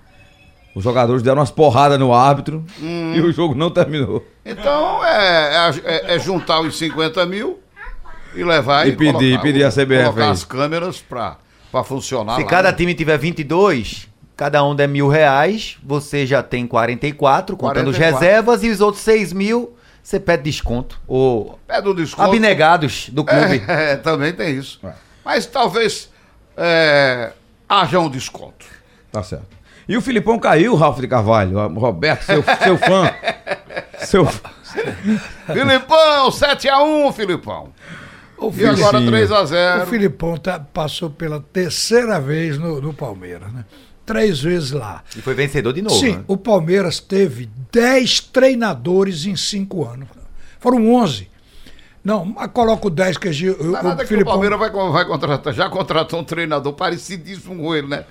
[SPEAKER 3] os jogadores deram umas porradas no árbitro e o jogo não terminou.
[SPEAKER 5] Então é, é- é juntar os 50 mil e levar
[SPEAKER 3] E pedir, pedir a CBF
[SPEAKER 5] Colocar
[SPEAKER 3] aí.
[SPEAKER 5] as câmeras pra, pra funcionar.
[SPEAKER 4] Se
[SPEAKER 5] lá,
[SPEAKER 4] cada
[SPEAKER 5] né?
[SPEAKER 4] time tiver 22, cada um der mil reais, você já tem 44, contando as
[SPEAKER 5] 44.
[SPEAKER 4] reservas, e os outros 6 mil, você pede desconto. Ou
[SPEAKER 5] Pede um desconto.
[SPEAKER 4] abnegados do clube.
[SPEAKER 5] É, é, também tem isso. Mas talvez é, haja um desconto.
[SPEAKER 3] Tá certo. E o Filipão caiu, Ralf de Carvalho. Roberto, seu, seu fã. Seu fã.
[SPEAKER 5] Filipão, 7x1, Filipão.
[SPEAKER 6] O
[SPEAKER 5] E agora
[SPEAKER 3] Sim.
[SPEAKER 6] O
[SPEAKER 5] 3x0.
[SPEAKER 6] Filipão tá- passou pela terceira vez no, no Palmeiras, né? Três vezes lá.
[SPEAKER 4] E foi vencedor de novo.
[SPEAKER 6] Sim,
[SPEAKER 4] né?
[SPEAKER 6] o Palmeiras teve dez treinadores em cinco anos. Foram onze. Não, mas coloca o 10 que eu, eu,
[SPEAKER 5] Nada
[SPEAKER 6] o
[SPEAKER 5] que o
[SPEAKER 6] Filipão...
[SPEAKER 5] Palmeiras vai, vai contratar. Já contratou um treinador parecidíssimo com ele, né?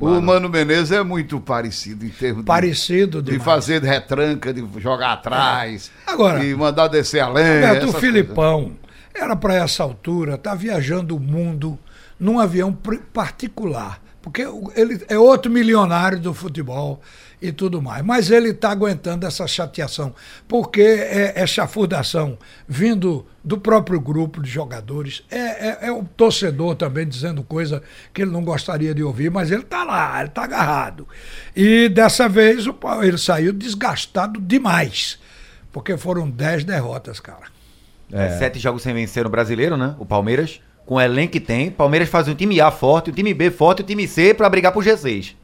[SPEAKER 5] O Mano Menezes é muito parecido em termos de-
[SPEAKER 6] Parecido
[SPEAKER 5] de,
[SPEAKER 6] demais.
[SPEAKER 5] fazer retranca, de jogar atrás,
[SPEAKER 4] É.
[SPEAKER 6] Agora-
[SPEAKER 5] e mandar descer a lenha.
[SPEAKER 6] Roberto, o
[SPEAKER 5] essas
[SPEAKER 6] É, Filipão era para essa altura tá viajando o mundo num avião pri- particular, porque o- ele é outro milionário do futebol e tudo mais. Mas ele está aguentando essa chateação, porque é, é chafurdação vindo do próprio grupo de jogadores. É, é- é o torcedor também dizendo coisa que ele não gostaria de ouvir, mas ele está lá, ele está agarrado. E dessa vez o Pau- ele saiu desgastado demais, porque foram 10 derrotas, cara.
[SPEAKER 4] É, Sete jogos sem vencer no brasileiro, né? O Palmeiras, com o elenco que tem. Palmeiras faz um time A forte, um time B forte, um time C pra brigar pro G6.
[SPEAKER 5] coisas.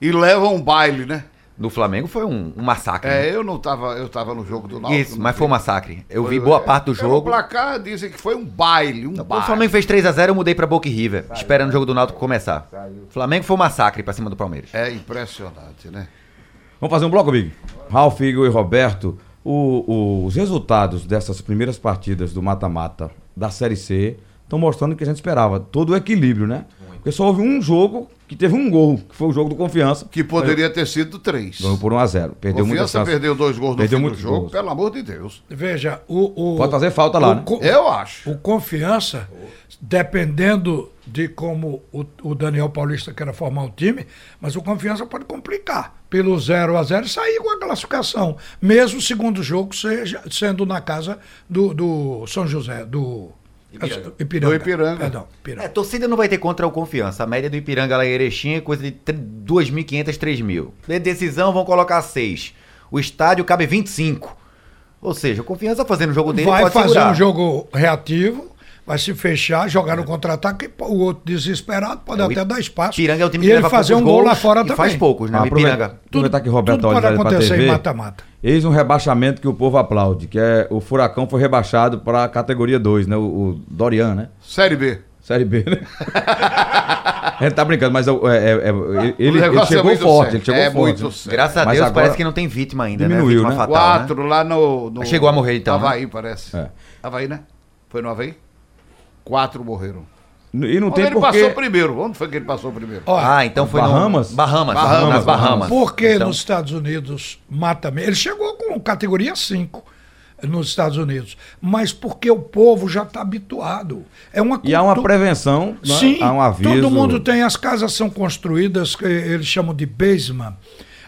[SPEAKER 5] E leva um baile, né?
[SPEAKER 4] No Flamengo foi um, um massacre. né?
[SPEAKER 5] É, eu não tava, eu tava no jogo do Náutico.
[SPEAKER 4] Isso,
[SPEAKER 5] não
[SPEAKER 4] mas
[SPEAKER 5] vi.
[SPEAKER 4] foi um massacre. Eu vi
[SPEAKER 5] Foi- é.
[SPEAKER 4] boa parte do
[SPEAKER 5] pelo
[SPEAKER 4] jogo.
[SPEAKER 5] placar dizem que foi um baile, um
[SPEAKER 4] O
[SPEAKER 5] baile.
[SPEAKER 4] Flamengo fez 3x0, eu mudei pra Boca e River, esperando o jogo do Náutico começar. Flamengo foi um massacre pra cima do Palmeiras.
[SPEAKER 5] É impressionante, né?
[SPEAKER 3] Vamos fazer um bloco, Big? Ralf, Igor e Roberto, o- o- os resultados dessas primeiras partidas do mata-mata da Série C estão mostrando o que a gente esperava. Todo o equilíbrio, né? Porque só houve um jogo que teve um gol, que foi o jogo do Confiança.
[SPEAKER 5] Que poderia ter sido três.
[SPEAKER 3] Ganhou por 1 a 0 Perdeu muita
[SPEAKER 5] Confiança
[SPEAKER 3] chance.
[SPEAKER 5] perdeu dois gols no
[SPEAKER 3] Perdeu
[SPEAKER 5] fim do
[SPEAKER 3] muitos
[SPEAKER 5] jogo,
[SPEAKER 3] gols.
[SPEAKER 5] pelo amor de Deus.
[SPEAKER 6] Veja, o. o-
[SPEAKER 3] Pode fazer falta lá,
[SPEAKER 6] o
[SPEAKER 3] né?
[SPEAKER 6] co-
[SPEAKER 5] Eu acho.
[SPEAKER 6] O confiança, dependendo de como o, o Daniel Paulista queira formar o time, mas o confiança pode complicar. Pelo 0 a 0 sair com a classificação. Mesmo o segundo jogo seja, sendo na casa do, do São José, do Ipiranga.
[SPEAKER 5] Do Ipiranga.
[SPEAKER 6] Perdão,
[SPEAKER 4] É,
[SPEAKER 6] Ipiranga.
[SPEAKER 4] torcida não vai ter contra o Confiança. A média do Ipiranga lá em Erechim é coisa de tr- 2.500, 3.000. De decisão vão colocar 6. O estádio cabe 25. Ou seja, o Confiança fazendo o jogo dele
[SPEAKER 6] Vai
[SPEAKER 4] pode
[SPEAKER 6] fazer
[SPEAKER 4] segurar.
[SPEAKER 6] um jogo reativo. Vai se fechar, jogar no contra-ataque, o outro desesperado pode
[SPEAKER 4] É, o
[SPEAKER 6] até dar espaço.
[SPEAKER 4] Ipiranga é o time
[SPEAKER 6] e
[SPEAKER 4] que
[SPEAKER 6] ele
[SPEAKER 4] leva
[SPEAKER 6] fazer um
[SPEAKER 4] poucos
[SPEAKER 6] gol lá
[SPEAKER 4] gols
[SPEAKER 6] fora
[SPEAKER 4] e
[SPEAKER 6] também.
[SPEAKER 4] faz poucos, né?
[SPEAKER 3] Ah,
[SPEAKER 4] O
[SPEAKER 3] aproveita-
[SPEAKER 4] Ipiranga.
[SPEAKER 3] Aproveitar que Roberto
[SPEAKER 6] tudo
[SPEAKER 3] tá
[SPEAKER 6] pode
[SPEAKER 3] olhando pra
[SPEAKER 6] acontecer em
[SPEAKER 3] TV.
[SPEAKER 6] mata-mata.
[SPEAKER 3] Eis um rebaixamento que o povo aplaude, que é o Furacão foi rebaixado para a categoria 2, né? O, o Dorian, né?
[SPEAKER 5] Série B.
[SPEAKER 3] Série B, né? a gente tá brincando, mas é, é- é- ele- ele,
[SPEAKER 5] negócio é
[SPEAKER 3] chegou
[SPEAKER 5] muito
[SPEAKER 3] forte,
[SPEAKER 5] sério.
[SPEAKER 3] ele chegou
[SPEAKER 5] É
[SPEAKER 3] forte.
[SPEAKER 5] muito
[SPEAKER 3] né?
[SPEAKER 5] sério.
[SPEAKER 4] Graças a
[SPEAKER 3] Mas
[SPEAKER 4] Deus
[SPEAKER 3] agora-
[SPEAKER 4] parece que não tem vítima ainda,
[SPEAKER 3] Diminuiu,
[SPEAKER 4] né? Vítima
[SPEAKER 3] né?
[SPEAKER 4] fatal, né?
[SPEAKER 5] Quatro lá no, no-
[SPEAKER 4] Chegou a morrer, então,
[SPEAKER 5] Havaí, parece.
[SPEAKER 3] É.
[SPEAKER 5] Havaí, né? Foi no Havaí? Quatro morreram.
[SPEAKER 3] E não
[SPEAKER 5] Onde
[SPEAKER 3] tem
[SPEAKER 5] ele
[SPEAKER 3] porquê.
[SPEAKER 5] passou primeiro? Onde foi que ele passou primeiro?
[SPEAKER 6] Ó,
[SPEAKER 4] Ah, então foi no-
[SPEAKER 3] Bahamas?
[SPEAKER 4] Bahamas,
[SPEAKER 5] Bahamas,
[SPEAKER 4] nas Bahamas.
[SPEAKER 6] Por que
[SPEAKER 4] Então,
[SPEAKER 6] nos Estados Unidos mata mesmo? Ele chegou com categoria 5. nos Estados Unidos, mas porque o povo já está habituado. É uma
[SPEAKER 3] E há uma
[SPEAKER 6] cultu-
[SPEAKER 3] prevenção, né?
[SPEAKER 6] Sim,
[SPEAKER 3] há um aviso.
[SPEAKER 6] todo mundo tem. As casas são construídas, que eles chamam de basement.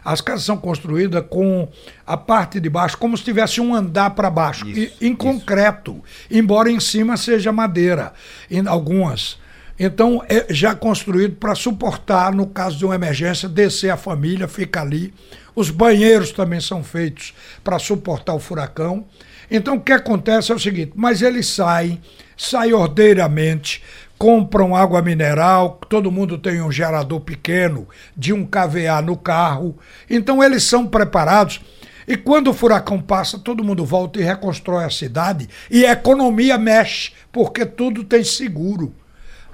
[SPEAKER 6] As casas são construídas com a parte de baixo, como se tivesse um andar para baixo, e-
[SPEAKER 4] Isso,
[SPEAKER 6] em
[SPEAKER 4] isso.
[SPEAKER 6] concreto, embora em cima seja madeira, em algumas. Então, é já construído para suportar, no caso de uma emergência, descer a família, fica ali. Os banheiros também são feitos para suportar o furacão. Então, o que acontece é o seguinte: mas eles saem, saem ordeiramente, compram água mineral, todo mundo tem um gerador pequeno de um KVA no carro. Então, eles são preparados. E quando o furacão passa, todo mundo volta e reconstrói a cidade e a economia mexe, porque tudo tem seguro.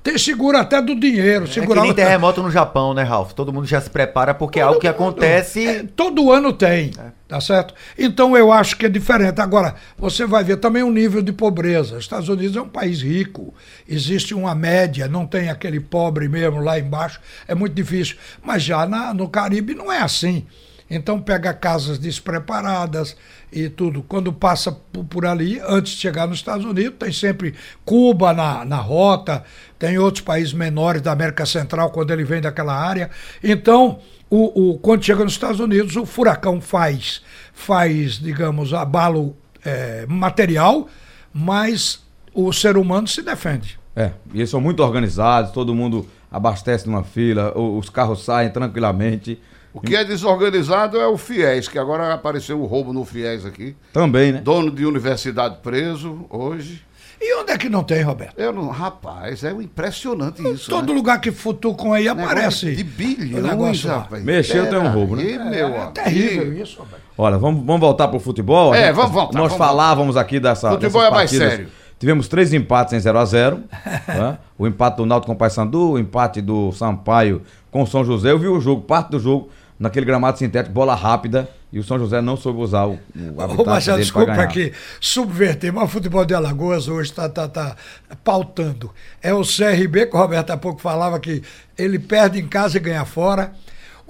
[SPEAKER 6] Tem seguro até do dinheiro.
[SPEAKER 4] É
[SPEAKER 6] Segurar
[SPEAKER 4] que nem
[SPEAKER 6] o-
[SPEAKER 4] terremoto no Japão, né, Ralf? Todo mundo já se prepara porque é algo que
[SPEAKER 6] É,
[SPEAKER 4] acontece.
[SPEAKER 6] todo ano tem, tá certo? Então eu acho que é diferente. Agora, você vai ver também o nível de pobreza. Os Estados Unidos é um país rico, existe uma média, não tem aquele pobre mesmo lá embaixo, é muito difícil. Mas já na- no Caribe não é assim. Então pega casas despreparadas e tudo. Quando passa por, por ali, antes de chegar nos Estados Unidos, tem sempre Cuba na, na rota, tem outros países menores da América Central quando ele vem daquela área. Então, o, o- quando chega nos Estados Unidos, o furacão faz, faz digamos, abalo eh, material, mas o ser humano se defende.
[SPEAKER 3] É, e eles são muito organizados, todo mundo abastece numa fila, o- os carros saem tranquilamente.
[SPEAKER 5] O que é desorganizado é o FIES, que agora apareceu o roubo no FIES aqui.
[SPEAKER 3] Também, né?
[SPEAKER 5] Dono de universidade preso hoje.
[SPEAKER 6] E onde é que não tem, Roberto?
[SPEAKER 5] Eu não, rapaz, é impressionante isso.
[SPEAKER 6] Todo
[SPEAKER 5] né?
[SPEAKER 6] lugar que futucam aí
[SPEAKER 5] Negócio
[SPEAKER 6] aparece.
[SPEAKER 5] De
[SPEAKER 6] o
[SPEAKER 5] bilhões,
[SPEAKER 6] negócio lá.
[SPEAKER 5] rapaz.
[SPEAKER 3] Mexeu,
[SPEAKER 5] Pera
[SPEAKER 3] tem um roubo, né?
[SPEAKER 5] aí, meu
[SPEAKER 6] É
[SPEAKER 5] amigo.
[SPEAKER 6] terrível isso, Roberto.
[SPEAKER 3] Olha, vamos, vamos voltar pro futebol. A
[SPEAKER 5] É, vamos voltar,
[SPEAKER 3] Nós
[SPEAKER 5] vamos
[SPEAKER 3] falávamos aqui dessa.
[SPEAKER 5] Futebol
[SPEAKER 3] dessas
[SPEAKER 5] é mais
[SPEAKER 3] partidas.
[SPEAKER 5] sério.
[SPEAKER 3] Tivemos três empates em 0x0. né? O empate do Náutico com o Paysandu, o empate do Sampaio com o São José. Eu vi o jogo, parte do jogo, naquele gramado sintético, bola rápida. E o São José não soube usar o. o
[SPEAKER 6] Ô,
[SPEAKER 3] habitat
[SPEAKER 6] Marcelo,
[SPEAKER 3] dele pra
[SPEAKER 6] desculpa
[SPEAKER 3] ganhar.
[SPEAKER 6] aqui subverter, mas o futebol de Alagoas hoje está tá, tá pautando. É o CRB, que o Roberto há pouco falava que ele perde em casa e ganha fora.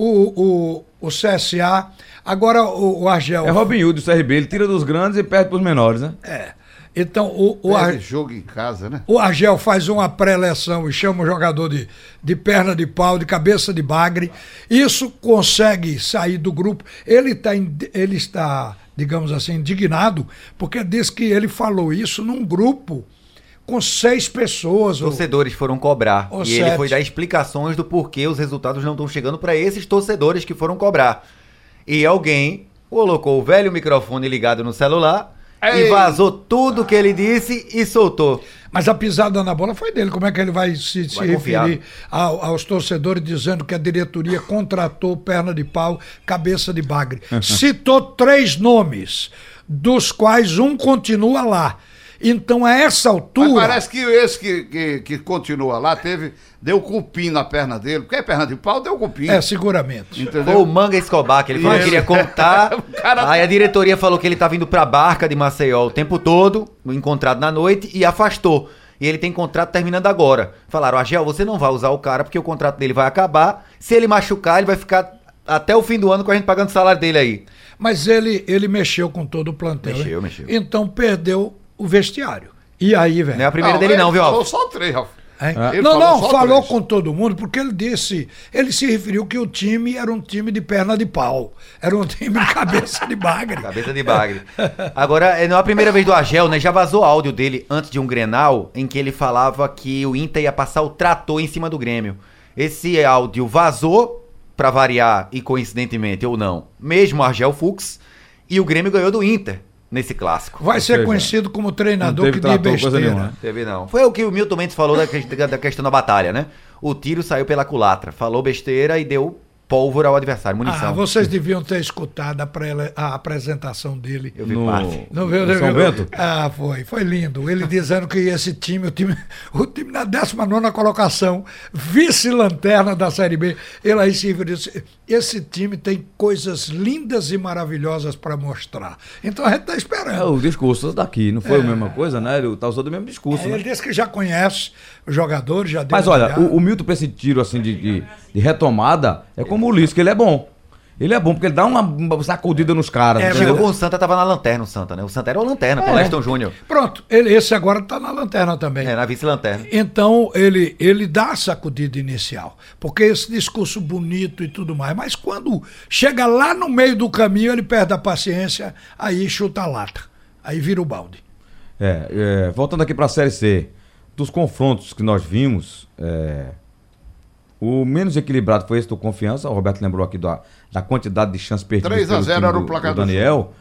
[SPEAKER 6] O, o, o CSA. Agora o, o Argel.
[SPEAKER 3] É Robin Hood, o CRB. Ele tira dos grandes e perde pros menores, né?
[SPEAKER 6] É. Então, o, o, Ar-
[SPEAKER 5] Perde jogo em casa, né?
[SPEAKER 6] o Argel faz uma pré-eleção e chama o jogador de, de perna de pau, de cabeça de bagre. Isso consegue sair do grupo. Ele, tá, in- ele está, digamos assim, indignado, porque diz que ele falou isso num grupo com seis pessoas. ou-
[SPEAKER 4] Torcedores foram cobrar.
[SPEAKER 6] Ô,
[SPEAKER 4] e
[SPEAKER 6] Sete.
[SPEAKER 4] ele foi dar explicações do porquê os resultados não estão chegando para esses torcedores que foram cobrar. E alguém colocou o velho microfone ligado no celular
[SPEAKER 5] Ei.
[SPEAKER 4] e vazou tudo que ele disse e soltou.
[SPEAKER 6] Mas a pisada na bola foi dele. Como é que ele vai se, se
[SPEAKER 4] Vai confiar.
[SPEAKER 6] referir ao- aos torcedores dizendo que a diretoria contratou perna de pau, cabeça de bagre? Citou três nomes, dos quais um continua lá. Então, a essa
[SPEAKER 5] Mas
[SPEAKER 6] altura.
[SPEAKER 5] parece que esse que, que, que continua lá teve, deu cupim na perna dele. Porque é perna de pau, deu cupim.
[SPEAKER 6] É, seguramente.
[SPEAKER 4] Foi
[SPEAKER 5] Entendeu?
[SPEAKER 4] o Manga Escobar, que ele falou que
[SPEAKER 5] Isso.
[SPEAKER 4] queria contar.
[SPEAKER 5] O cara-
[SPEAKER 4] Aí a diretoria falou que ele tava indo pra barca de Maceió o tempo todo, encontrado na noite, e afastou. E ele tem contrato terminando agora. Falaram, Agel, você não vai usar o cara porque o contrato dele vai acabar. Se ele machucar, ele vai ficar até o fim do ano com a gente pagando o salário dele aí.
[SPEAKER 6] Mas ele, ele mexeu com todo o plantel.
[SPEAKER 4] Mexeu,
[SPEAKER 6] hein?
[SPEAKER 4] mexeu.
[SPEAKER 6] Então, perdeu o vestiário. E aí, velho?
[SPEAKER 4] Não é a primeira dele,
[SPEAKER 5] ele
[SPEAKER 4] não, viu,
[SPEAKER 5] Falou
[SPEAKER 4] Alf?
[SPEAKER 5] só três, Ralf.
[SPEAKER 6] Hein?
[SPEAKER 3] É.
[SPEAKER 5] Ele
[SPEAKER 6] Não,
[SPEAKER 5] falou
[SPEAKER 6] não,
[SPEAKER 5] só
[SPEAKER 6] falou
[SPEAKER 5] três.
[SPEAKER 6] com todo mundo, porque ele disse, ele se referiu que o time era um time de perna de pau, era um time de cabeça de bagre.
[SPEAKER 4] Cabeça de bagre. Agora, é, não é a primeira vez do Agel, né? Já vazou áudio dele antes de um Grenal, em que ele falava que o Inter ia passar o trator em cima do Grêmio. Esse áudio vazou, pra variar, e coincidentemente ou não, mesmo Argel Fux, e o Grêmio ganhou do Inter nesse clássico.
[SPEAKER 6] Vai ser
[SPEAKER 3] seja,
[SPEAKER 6] conhecido como
[SPEAKER 3] não
[SPEAKER 6] treinador
[SPEAKER 3] teve
[SPEAKER 6] que diz
[SPEAKER 3] trator, coisa
[SPEAKER 6] besteira.
[SPEAKER 3] nenhuma, né?
[SPEAKER 4] Teve não. Foi o que o Milton Mendes falou da, que- da questão da batalha, né? O tiro saiu pela culatra, falou besteira e deu pólvora ao adversário, munição.
[SPEAKER 6] Ah, vocês deviam ter escutado a, prele- a apresentação dele.
[SPEAKER 4] Eu vi
[SPEAKER 3] No-
[SPEAKER 4] parte.
[SPEAKER 6] Não
[SPEAKER 3] No
[SPEAKER 6] viu, não
[SPEAKER 3] São
[SPEAKER 6] viu?
[SPEAKER 3] Bento?
[SPEAKER 6] Ah, foi. Foi lindo. Ele dizendo que esse time, o time, o time na 19 colocação, vice-lanterna da Série B, ele aí se referiu, disse, esse time tem coisas lindas e maravilhosas para mostrar. Então a gente está
[SPEAKER 3] É,
[SPEAKER 6] esperando.
[SPEAKER 3] o discurso daqui, não foi a mesma coisa, né? Ele tá usando o mesmo discurso. né?
[SPEAKER 6] É. Ele disse que já conhece os jogadores, já deu
[SPEAKER 5] um
[SPEAKER 3] Mas
[SPEAKER 6] uma
[SPEAKER 3] olha,
[SPEAKER 6] olhada.
[SPEAKER 3] o, o Milton pra esse tiro assim de, de- de retomada é como o Ulisses, que ele é bom. Ele é bom, porque ele dá uma- uma sacudida nos caras.
[SPEAKER 6] É,
[SPEAKER 3] entendeu?
[SPEAKER 4] Chegou com o Santa, tava na lanterna o Santa, né? O Santa era o lanterna, com o
[SPEAKER 3] É.
[SPEAKER 4] Leston Júnior.
[SPEAKER 6] Pronto, ele, esse agora está na lanterna também.
[SPEAKER 4] É, na vice-lanterna.
[SPEAKER 6] Então ele, ele dá a sacudida inicial, porque esse discurso bonito e tudo mais, mas quando chega lá no meio do caminho, ele perde a paciência, aí chuta a lata, aí vira o balde.
[SPEAKER 3] É, é, voltando aqui para a Série C, dos confrontos que nós vimos, é, o menos equilibrado foi esse do Confiança. O Roberto lembrou aqui da, da quantidade de chances perdidas.
[SPEAKER 5] 3 a
[SPEAKER 3] pelo
[SPEAKER 5] 0
[SPEAKER 3] time
[SPEAKER 5] era o
[SPEAKER 3] do-
[SPEAKER 5] placar
[SPEAKER 3] do
[SPEAKER 5] do
[SPEAKER 3] Daniel.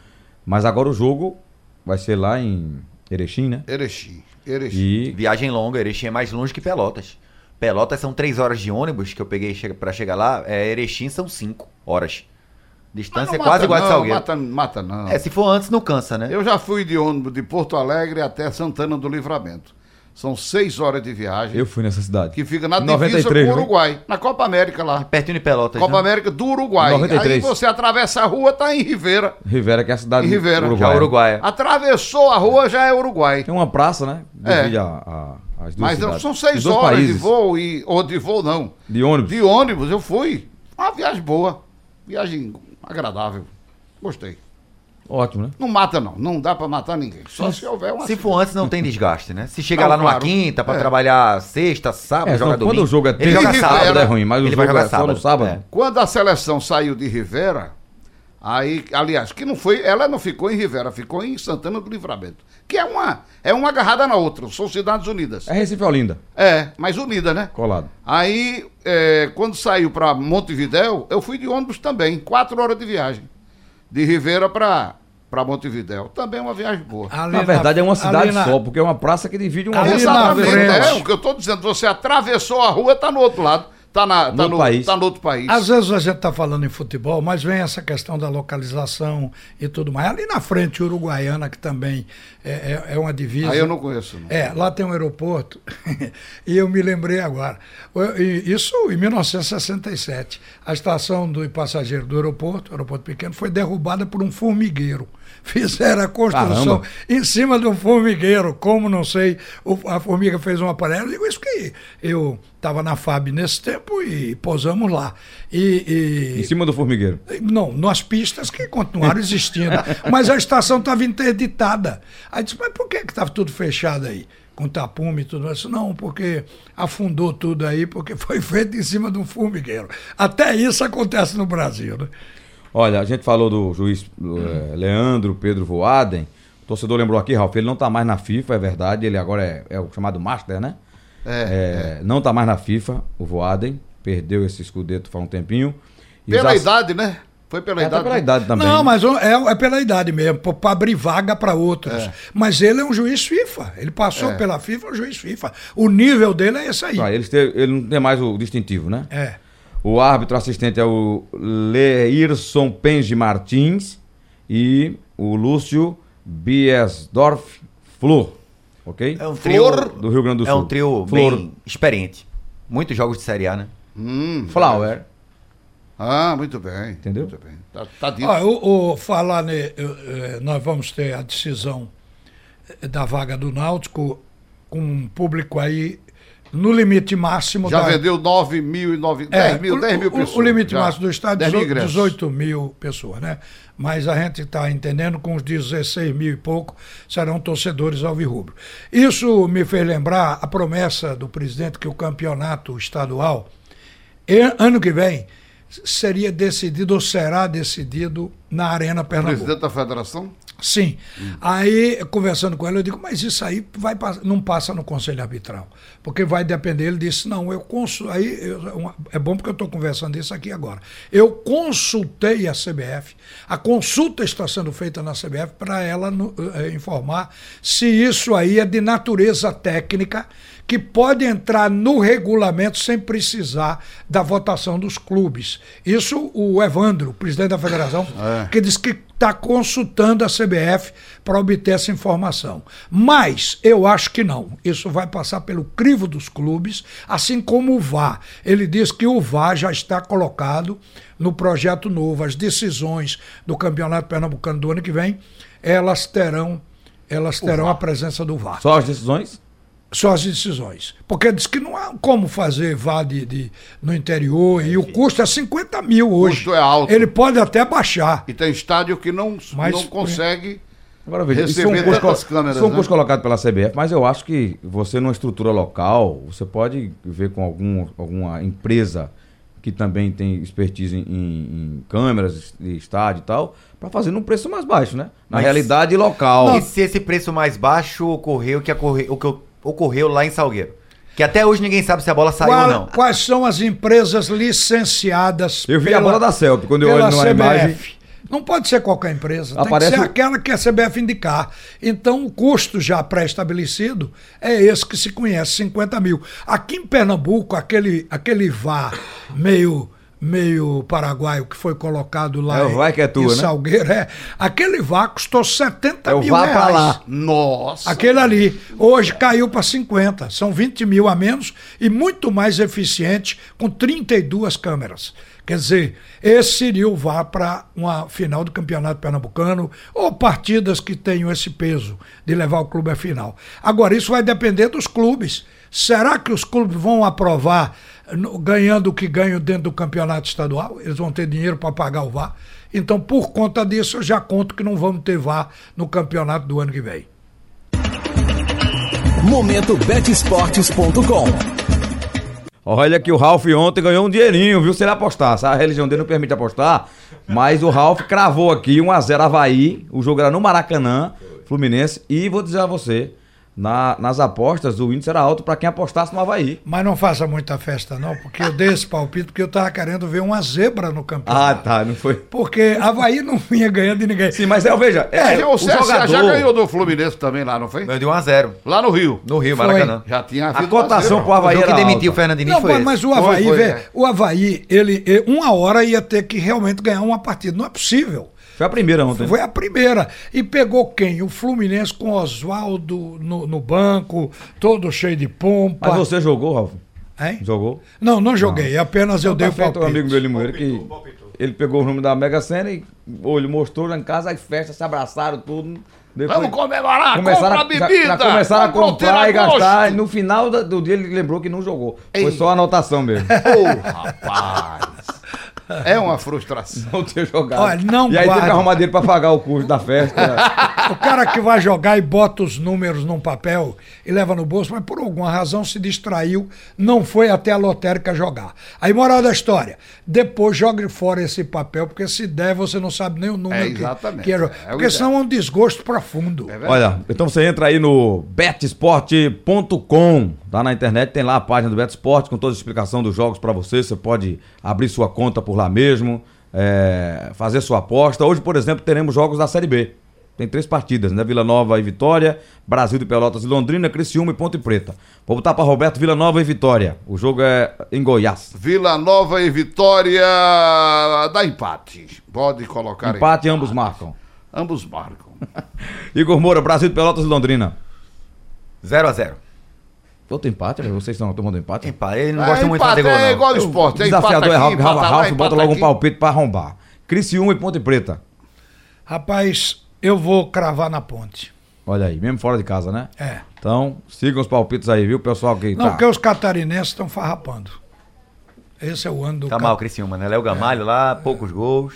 [SPEAKER 3] Mas agora o jogo vai ser lá em Erechim, né?
[SPEAKER 4] É.
[SPEAKER 5] Erechim. Erechim.
[SPEAKER 3] E
[SPEAKER 4] Viagem longa, Erechim é mais longe que Pelotas. Pelotas são três horas de ônibus que eu peguei che- pra chegar lá, é, Erechim são cinco horas.
[SPEAKER 5] Mas
[SPEAKER 4] Distância
[SPEAKER 5] Ah, não
[SPEAKER 4] é quase igual a de
[SPEAKER 5] não,
[SPEAKER 4] Salgueiro.
[SPEAKER 5] mata, mata não.
[SPEAKER 4] É, se for antes não cansa, né?
[SPEAKER 5] Eu já fui de ônibus de Porto Alegre até Santana do Livramento. São seis horas de viagem.
[SPEAKER 3] eu fui nessa cidade.
[SPEAKER 5] Que fica na divisa
[SPEAKER 3] 93,
[SPEAKER 5] com o
[SPEAKER 3] né?
[SPEAKER 5] Uruguai. Na Copa América lá.
[SPEAKER 4] Pertinho de Pelotas.
[SPEAKER 5] Copa
[SPEAKER 4] né?
[SPEAKER 5] América do Uruguai.
[SPEAKER 3] 93.
[SPEAKER 5] Aí você atravessa a rua, tá em Rivera.
[SPEAKER 3] Rivera, que é a cidade
[SPEAKER 5] Em Rivera.
[SPEAKER 4] Já
[SPEAKER 3] uruguaia.
[SPEAKER 4] Tá Uruguai.
[SPEAKER 5] Atravessou a rua, já é Uruguai.
[SPEAKER 3] Tem uma praça, né?
[SPEAKER 5] É.
[SPEAKER 3] Divide a- a- as duas
[SPEAKER 5] Mas não
[SPEAKER 3] cidades.
[SPEAKER 5] são
[SPEAKER 3] Os
[SPEAKER 5] seis
[SPEAKER 3] dois
[SPEAKER 5] horas de
[SPEAKER 3] países,
[SPEAKER 5] voo e. Ou de voo não.
[SPEAKER 3] De ônibus.
[SPEAKER 5] De ônibus, eu fui. Uma viagem boa. Viagem agradável. Gostei.
[SPEAKER 3] Ótimo, né?
[SPEAKER 5] Não mata, não. Não dá pra matar ninguém. Só se houver é um uma.
[SPEAKER 4] Se for antes não tem desgaste, né? Se chega
[SPEAKER 5] Não,
[SPEAKER 4] lá numa
[SPEAKER 5] claro.
[SPEAKER 4] quinta pra
[SPEAKER 5] É.
[SPEAKER 4] trabalhar sexta, sábado,
[SPEAKER 3] É,
[SPEAKER 4] joga
[SPEAKER 3] então,
[SPEAKER 4] domingo.
[SPEAKER 3] quando o jogo é
[SPEAKER 4] ele joga
[SPEAKER 5] terça e
[SPEAKER 4] sábado,
[SPEAKER 5] feira,
[SPEAKER 3] é ruim, mas o
[SPEAKER 4] ele vai
[SPEAKER 3] jogo
[SPEAKER 4] jogar
[SPEAKER 3] é só no sábado.
[SPEAKER 4] É.
[SPEAKER 5] Quando a seleção saiu de Rivera, aí, aliás, que não foi, ela não ficou em Rivera, ficou em Santana do Livramento, que é uma, é uma agarrada na outra, são cidades unidas.
[SPEAKER 3] É Recife e Olinda,
[SPEAKER 5] É, mas unida, né?
[SPEAKER 3] colado.
[SPEAKER 5] Aí, é, quando saiu para Montevidéu, eu fui de ônibus também, quatro horas de viagem, de Rivera para para Montevidéu, também uma viagem boa.
[SPEAKER 6] Ali
[SPEAKER 3] Na verdade, é uma cidade
[SPEAKER 6] ali na-
[SPEAKER 3] só, porque é uma praça que divide uma
[SPEAKER 6] Ah, Ali
[SPEAKER 3] rua. um-
[SPEAKER 6] na
[SPEAKER 5] Exatamente,
[SPEAKER 6] frente.
[SPEAKER 5] é o que eu tô dizendo, você atravessou a rua, tá no outro lado, tá na tá
[SPEAKER 3] No
[SPEAKER 5] no,
[SPEAKER 3] país.
[SPEAKER 5] tá no outro país.
[SPEAKER 6] Às vezes a gente está falando em futebol, mas vem essa questão da localização e tudo mais. Ali na frente, Uruguaiana, que também é, é- é uma divisa.
[SPEAKER 5] Aí eu não conheço. Não.
[SPEAKER 6] É, lá tem um aeroporto, e eu me lembrei agora. Eu- e Isso em 1967. A estação do passageiro do aeroporto, aeroporto pequeno, foi derrubada por um formigueiro. Fizeram a construção
[SPEAKER 3] Caramba.
[SPEAKER 6] em cima de um formigueiro, como não sei, o- a formiga fez um aparelho. Eu digo isso que eu estava na FAB nesse tempo e pousamos lá. E- e-
[SPEAKER 3] Em cima do formigueiro.
[SPEAKER 6] não, nas pistas que continuaram existindo. mas a estação estava interditada. Aí disse, mas por que estava tudo fechado aí? Com tapume e tudo mais. Eu disse, Não, porque afundou tudo aí, porque foi feito em cima de um formigueiro. Até isso acontece no Brasil, né?
[SPEAKER 3] Olha, a gente falou do juiz eh, Leandro Pedro Voaden. O torcedor lembrou aqui, Ralf, ele não tá mais na FIFA, é verdade. Ele agora é, é o chamado Master, né? É, Não tá mais na FIFA, o Voaden. Perdeu esse escudeto faz um tempinho. E
[SPEAKER 5] Pela
[SPEAKER 3] já-
[SPEAKER 5] idade, né? Foi pela
[SPEAKER 3] É, até
[SPEAKER 5] idade.
[SPEAKER 3] pela
[SPEAKER 5] né?
[SPEAKER 3] idade também.
[SPEAKER 6] Não, mas o- é, é pela idade mesmo, para abrir vaga para outros. Mas ele é um juiz FIFA. Ele passou pela FIFA, é um juiz FIFA. O nível dele é esse aí.
[SPEAKER 3] Ah, ele, teve- ele não tem mais o distintivo, né?
[SPEAKER 6] É.
[SPEAKER 3] O árbitro assistente é o Leirson Penge Martins e o Lúcio Biesdorf Flor, ok?
[SPEAKER 4] É um
[SPEAKER 5] Flor
[SPEAKER 4] trio
[SPEAKER 3] do Rio Grande do
[SPEAKER 4] É
[SPEAKER 3] Sul.
[SPEAKER 4] um trio
[SPEAKER 3] Flor.
[SPEAKER 4] bem experiente. Muitos jogos de Série A, né?
[SPEAKER 5] Hum,
[SPEAKER 3] Flower.
[SPEAKER 5] Ah, muito bem.
[SPEAKER 3] Entendeu?
[SPEAKER 5] Muito bem. Tá, tá dito.
[SPEAKER 6] Ó, o, o- falar, né, eh, eh, nós vamos ter a decisão eh, da vaga do Náutico com um público aí no limite máximo
[SPEAKER 5] já
[SPEAKER 6] da,
[SPEAKER 5] vendeu 9 mil e 9
[SPEAKER 6] é,
[SPEAKER 5] 10 mil,
[SPEAKER 6] o,
[SPEAKER 5] 10 mil
[SPEAKER 6] o-
[SPEAKER 5] pessoas.
[SPEAKER 6] O limite
[SPEAKER 5] já.
[SPEAKER 6] máximo do estado é
[SPEAKER 5] 10 mil
[SPEAKER 6] 18,
[SPEAKER 5] ingressos.
[SPEAKER 6] 18 mil pessoas, né? Mas a gente está entendendo com os 16 mil e pouco serão torcedores alvirrubro. Isso me fez lembrar a promessa do presidente que o campeonato estadual, e- ano que vem, seria decidido ou será decidido na Arena Pernambuco.
[SPEAKER 5] Presidente da federação?
[SPEAKER 6] Sim. Aí, conversando com ela, eu digo, mas isso aí vai, pass- não passa no Conselho Arbitral. Porque vai depender. Ele disse, não, eu consultei. Aí eu- uma- é bom porque eu estou conversando isso aqui agora. Eu consultei a CBF. A consulta está sendo feita na CBF para ela no- eh, informar se isso aí é de natureza técnica que pode entrar no regulamento sem precisar da votação dos clubes. Isso o Evandro, presidente da federação, que disse que está tá consultando a CBF para obter essa informação. Mas eu acho que não. Isso vai passar pelo crivo dos clubes, assim como o VAR. Ele diz que o VAR já está colocado no projeto novo. As decisões do Campeonato Pernambucano do ano que vem, elas terão, elas terão a presença do VAR.
[SPEAKER 3] Só as decisões?
[SPEAKER 6] suas decisões. Porque diz que não há como fazer vá de, de- no interior e o custo é 50 mil hoje.
[SPEAKER 5] custo é alto.
[SPEAKER 6] Ele pode até baixar.
[SPEAKER 5] E tem estádio que não,
[SPEAKER 6] Mas-
[SPEAKER 5] não consegue.
[SPEAKER 3] Agora veja, isso é um
[SPEAKER 5] Receber
[SPEAKER 3] custo,
[SPEAKER 5] tantas câmeras,
[SPEAKER 3] isso é um
[SPEAKER 5] né?
[SPEAKER 3] custo colocado pela CBF, mas eu acho que você numa estrutura local, você pode ver com algum, alguma empresa que também tem expertise em, em- em câmeras de estádio e tal, para fazer num preço mais baixo, né? Na
[SPEAKER 4] Mas-
[SPEAKER 3] realidade local.
[SPEAKER 4] E se esse preço mais baixo ocorreu que ocorre- o que ocorreu lá em Salgueiro? Que até hoje ninguém sabe se a bola saiu
[SPEAKER 6] Qual-
[SPEAKER 4] ou não.
[SPEAKER 6] Quais são as empresas licenciadas
[SPEAKER 3] Eu vi a bola da Celp, quando eu
[SPEAKER 6] pela
[SPEAKER 3] olho na
[SPEAKER 6] CBF.
[SPEAKER 3] imagem-
[SPEAKER 6] Não pode ser qualquer empresa,
[SPEAKER 3] Aparece
[SPEAKER 6] tem
[SPEAKER 3] o-
[SPEAKER 6] que ser aquela que a CBF indicar. Então, o custo já pré-estabelecido é esse que se conhece, 50 mil. Aqui em Pernambuco, aquele, aquele VAR meio, meio paraguaio que foi colocado lá
[SPEAKER 3] É, o VAR que é
[SPEAKER 6] em
[SPEAKER 3] tua, né?
[SPEAKER 6] Salgueiro, é, aquele VAR custou 70
[SPEAKER 3] É o
[SPEAKER 6] mil
[SPEAKER 3] VAR
[SPEAKER 6] reais.
[SPEAKER 3] pra lá.
[SPEAKER 5] Nossa!
[SPEAKER 6] Aquele ali. Hoje caiu para 50. São 20 mil a menos e muito mais eficiente com 32 câmeras. Quer dizer, esse seria o VAR para uma final do Campeonato Pernambucano ou partidas que tenham esse peso de levar o clube à final. Agora, isso vai depender dos clubes. Será que os clubes vão aprovar no- ganhando o que ganham dentro do campeonato estadual? Eles vão ter dinheiro para pagar o VAR? Então, por conta disso, eu já conto que não vamos ter VAR no campeonato do ano que vem.
[SPEAKER 1] Momento betesportes.com.
[SPEAKER 3] Olha que o Ralf ontem ganhou um dinheirinho, viu? Se ele apostar, sabe? a religião dele não permite apostar, mas o Ralf cravou aqui 1x0 Havaí, o jogo era no Maracanã, Fluminense, e vou dizer a você, na- nas apostas o índice era alto pra quem apostasse no Havaí.
[SPEAKER 6] Mas não faça muita festa, não, porque eu dei esse palpite porque eu tava querendo ver uma zebra no
[SPEAKER 3] Ah,
[SPEAKER 6] campeonato.
[SPEAKER 3] tá, não foi.
[SPEAKER 6] Porque Havaí não vinha ganhando de ninguém.
[SPEAKER 3] Sim, mas eu veja, é,
[SPEAKER 5] É,
[SPEAKER 3] o
[SPEAKER 5] o CSA
[SPEAKER 3] jogador,
[SPEAKER 5] já ganhou do Fluminense também lá, não foi?
[SPEAKER 4] Ganhou de 1 a 0
[SPEAKER 5] Lá no Rio.
[SPEAKER 4] no Rio,
[SPEAKER 6] Foi.
[SPEAKER 4] Maracanã.
[SPEAKER 5] Já tinha
[SPEAKER 3] a
[SPEAKER 5] havido
[SPEAKER 3] cotação
[SPEAKER 5] uma
[SPEAKER 3] pro Havaí
[SPEAKER 4] o que
[SPEAKER 3] era
[SPEAKER 4] demitiu o
[SPEAKER 3] alta.
[SPEAKER 4] Fernandinho
[SPEAKER 6] Não,
[SPEAKER 4] foi
[SPEAKER 6] mas,
[SPEAKER 4] esse.
[SPEAKER 6] mas o
[SPEAKER 5] Foi,
[SPEAKER 6] Havaí,
[SPEAKER 5] foi,
[SPEAKER 6] vê,
[SPEAKER 5] é.
[SPEAKER 6] o Havaí, ele, ele- uma hora ia ter que realmente ganhar uma partida. Não é possível.
[SPEAKER 3] Foi a primeira ontem.
[SPEAKER 6] Foi a primeira. E pegou quem? O Fluminense com Oswaldo no, no banco, todo cheio de pompa.
[SPEAKER 3] Mas você jogou, Ralf?
[SPEAKER 6] Hein?
[SPEAKER 3] Jogou?
[SPEAKER 6] Não, não joguei. Apenas eu dei o
[SPEAKER 3] Tá feito
[SPEAKER 6] palpite.
[SPEAKER 3] um amigo meu limoeiro que ele pegou o nome da Mega Sena e olho mostrou lá em casa, as festas se abraçaram tudo. Depois...
[SPEAKER 5] Vamos comemorar,
[SPEAKER 3] começaram
[SPEAKER 5] compra
[SPEAKER 3] a,
[SPEAKER 5] a bebida.
[SPEAKER 3] já- já começaram a
[SPEAKER 5] vamos
[SPEAKER 3] comprar e
[SPEAKER 5] ter a gosto.
[SPEAKER 3] gastar. E no final da- do dia ele lembrou que não jogou. Foi só anotação mesmo.
[SPEAKER 5] Ô, rapaz. É uma frustração.
[SPEAKER 3] não ter jogado.
[SPEAKER 6] Olha, não
[SPEAKER 3] e aí teve que
[SPEAKER 6] guarda.
[SPEAKER 3] arrumar dinheiro pra pagar o custo da festa.
[SPEAKER 6] O cara que vai jogar e bota os números num papel e leva no bolso, mas por alguma razão se distraiu, não foi até a lotérica jogar. Aí, moral da história, depois jogue fora esse papel, porque se der, você não sabe nem o número
[SPEAKER 5] É,
[SPEAKER 6] que-
[SPEAKER 5] exatamente.
[SPEAKER 6] que é. jogar.
[SPEAKER 5] É o
[SPEAKER 6] Porque
[SPEAKER 5] ideal.
[SPEAKER 6] senão é um desgosto profundo.
[SPEAKER 3] Olha, então você entra aí no betesporte.com, tá na internet, tem lá a página do Betesporte com toda a explicação dos jogos pra você, você pode abrir sua conta por lá mesmo, é, fazer sua aposta. Hoje, por exemplo, teremos jogos da Série B. Tem três partidas, né? Vila Nova e Vitória, Brasil de Pelotas e Londrina, Criciúma e Ponte Preta. Vou botar pra Roberto Vila Nova e Vitória. O jogo é em Goiás.
[SPEAKER 5] Vila Nova e Vitória dá empate. Pode colocar
[SPEAKER 3] Empate, ambos marcam.
[SPEAKER 5] aí. Ambos marcam.
[SPEAKER 3] Igor Moura, Brasil de Pelotas e Londrina.
[SPEAKER 4] 0 a 0
[SPEAKER 3] Outro empate? né? Vocês estão tomando empate?
[SPEAKER 4] Empate, Ele não gosta
[SPEAKER 5] é,
[SPEAKER 4] muito de fazer
[SPEAKER 5] empate,
[SPEAKER 4] gol,
[SPEAKER 5] é
[SPEAKER 4] não.
[SPEAKER 5] igual esporte. É empate
[SPEAKER 3] Desafiador
[SPEAKER 5] aqui,
[SPEAKER 3] é Ralf,
[SPEAKER 5] empata
[SPEAKER 3] Ralf,
[SPEAKER 5] lá,
[SPEAKER 3] Ralf
[SPEAKER 5] empata
[SPEAKER 3] bota logo um
[SPEAKER 5] aqui.
[SPEAKER 3] palpite pra arrombar. Criciúma e Ponte Preta.
[SPEAKER 6] Rapaz, eu vou cravar na ponte.
[SPEAKER 3] Olha aí, mesmo fora de casa, né?
[SPEAKER 6] É.
[SPEAKER 3] Então, sigam os palpites aí, viu, pessoal? Que
[SPEAKER 6] Não,
[SPEAKER 3] tá.
[SPEAKER 6] porque os catarinenses estão farrapando. Esse é o ano do
[SPEAKER 4] Tá
[SPEAKER 6] ca-
[SPEAKER 4] mal o Criciúma, né? Léo Gamalho lá, poucos gols.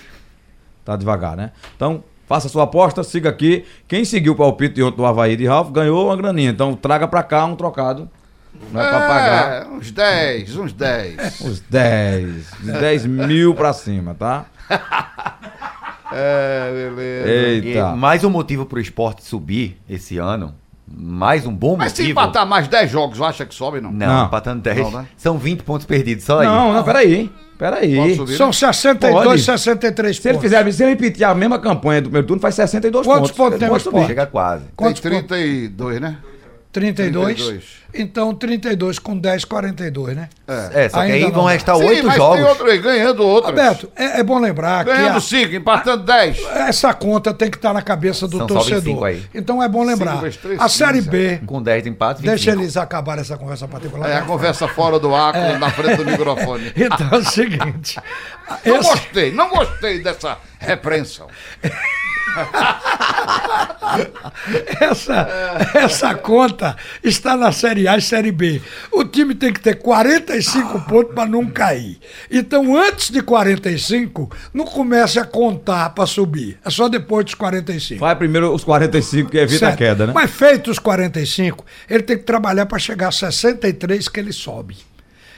[SPEAKER 3] tá devagar, né? Então, faça sua aposta, siga aqui. Quem seguiu o palpite de ontem do Havaí de Ralf ganhou uma graninha. Então, traga pra cá um trocado. Não é, pra pagar
[SPEAKER 5] É, uns 10, uns 10.
[SPEAKER 3] os 10. De 10 mil pra cima, tá?
[SPEAKER 5] É, beleza.
[SPEAKER 4] E
[SPEAKER 3] Eita.
[SPEAKER 4] mais um motivo pro esporte subir esse ano. Mais um bom
[SPEAKER 5] Mas se
[SPEAKER 4] motivo.
[SPEAKER 5] empatar mais 10 jogos, acha que sobe, não?
[SPEAKER 4] Não,
[SPEAKER 3] Não.
[SPEAKER 4] empatando 10.
[SPEAKER 5] Não, né?
[SPEAKER 4] São 20 pontos perdidos, só aí.
[SPEAKER 3] Não, é não, peraí. Peraí.
[SPEAKER 5] Pode subir. né?
[SPEAKER 6] São 62,
[SPEAKER 3] Pode.
[SPEAKER 6] 63
[SPEAKER 3] Se ele
[SPEAKER 6] pontos.
[SPEAKER 3] fizer, se ele repetir a mesma campanha do primeiro turno, faz 62
[SPEAKER 6] Quantos pontos
[SPEAKER 3] Ele
[SPEAKER 6] tem
[SPEAKER 3] pode
[SPEAKER 6] o
[SPEAKER 3] subir.
[SPEAKER 6] esporte?
[SPEAKER 4] Chega quase.
[SPEAKER 5] Tem
[SPEAKER 6] Quantos pontos?
[SPEAKER 5] 32, né?
[SPEAKER 6] 32.
[SPEAKER 5] 32.
[SPEAKER 6] Então, 32 com 10, 42, né?
[SPEAKER 4] É, só que
[SPEAKER 6] Ainda
[SPEAKER 4] aí
[SPEAKER 6] não
[SPEAKER 4] vão
[SPEAKER 6] dá.
[SPEAKER 4] restar
[SPEAKER 5] Sim,
[SPEAKER 4] oito
[SPEAKER 5] mas tem
[SPEAKER 4] jogos.
[SPEAKER 5] outro aí, ganhando outro.
[SPEAKER 6] Roberto, é, é bom lembrar que
[SPEAKER 5] Ganhando
[SPEAKER 6] a-
[SPEAKER 5] 5, empatando 10.
[SPEAKER 6] essa conta tem que estar na cabeça do
[SPEAKER 4] São só 25
[SPEAKER 6] torcedor.
[SPEAKER 4] aí.
[SPEAKER 6] Então é bom lembrar.
[SPEAKER 5] Cinco vezes três,
[SPEAKER 6] a Série
[SPEAKER 5] quinze,
[SPEAKER 6] B,
[SPEAKER 4] Com 10 empates, 25.
[SPEAKER 6] deixa eles acabarem essa conversa particular.
[SPEAKER 5] É a conversa fora do ar, com- na frente do microfone.
[SPEAKER 6] Então é o seguinte.
[SPEAKER 5] Não
[SPEAKER 6] esse-
[SPEAKER 5] gostei, não gostei dessa repreensão.
[SPEAKER 6] Essa,
[SPEAKER 5] É.
[SPEAKER 6] essa conta está na Série A e Série B. O time tem que ter 45
[SPEAKER 5] Ah.
[SPEAKER 6] pontos para não cair. Então, antes de 45, não comece a contar para subir. É só depois dos 45.
[SPEAKER 3] Vai primeiro os 45 que evita a
[SPEAKER 6] Certo.
[SPEAKER 3] queda, né?
[SPEAKER 6] Mas feito os 45, ele tem que trabalhar para chegar a 63 que ele sobe.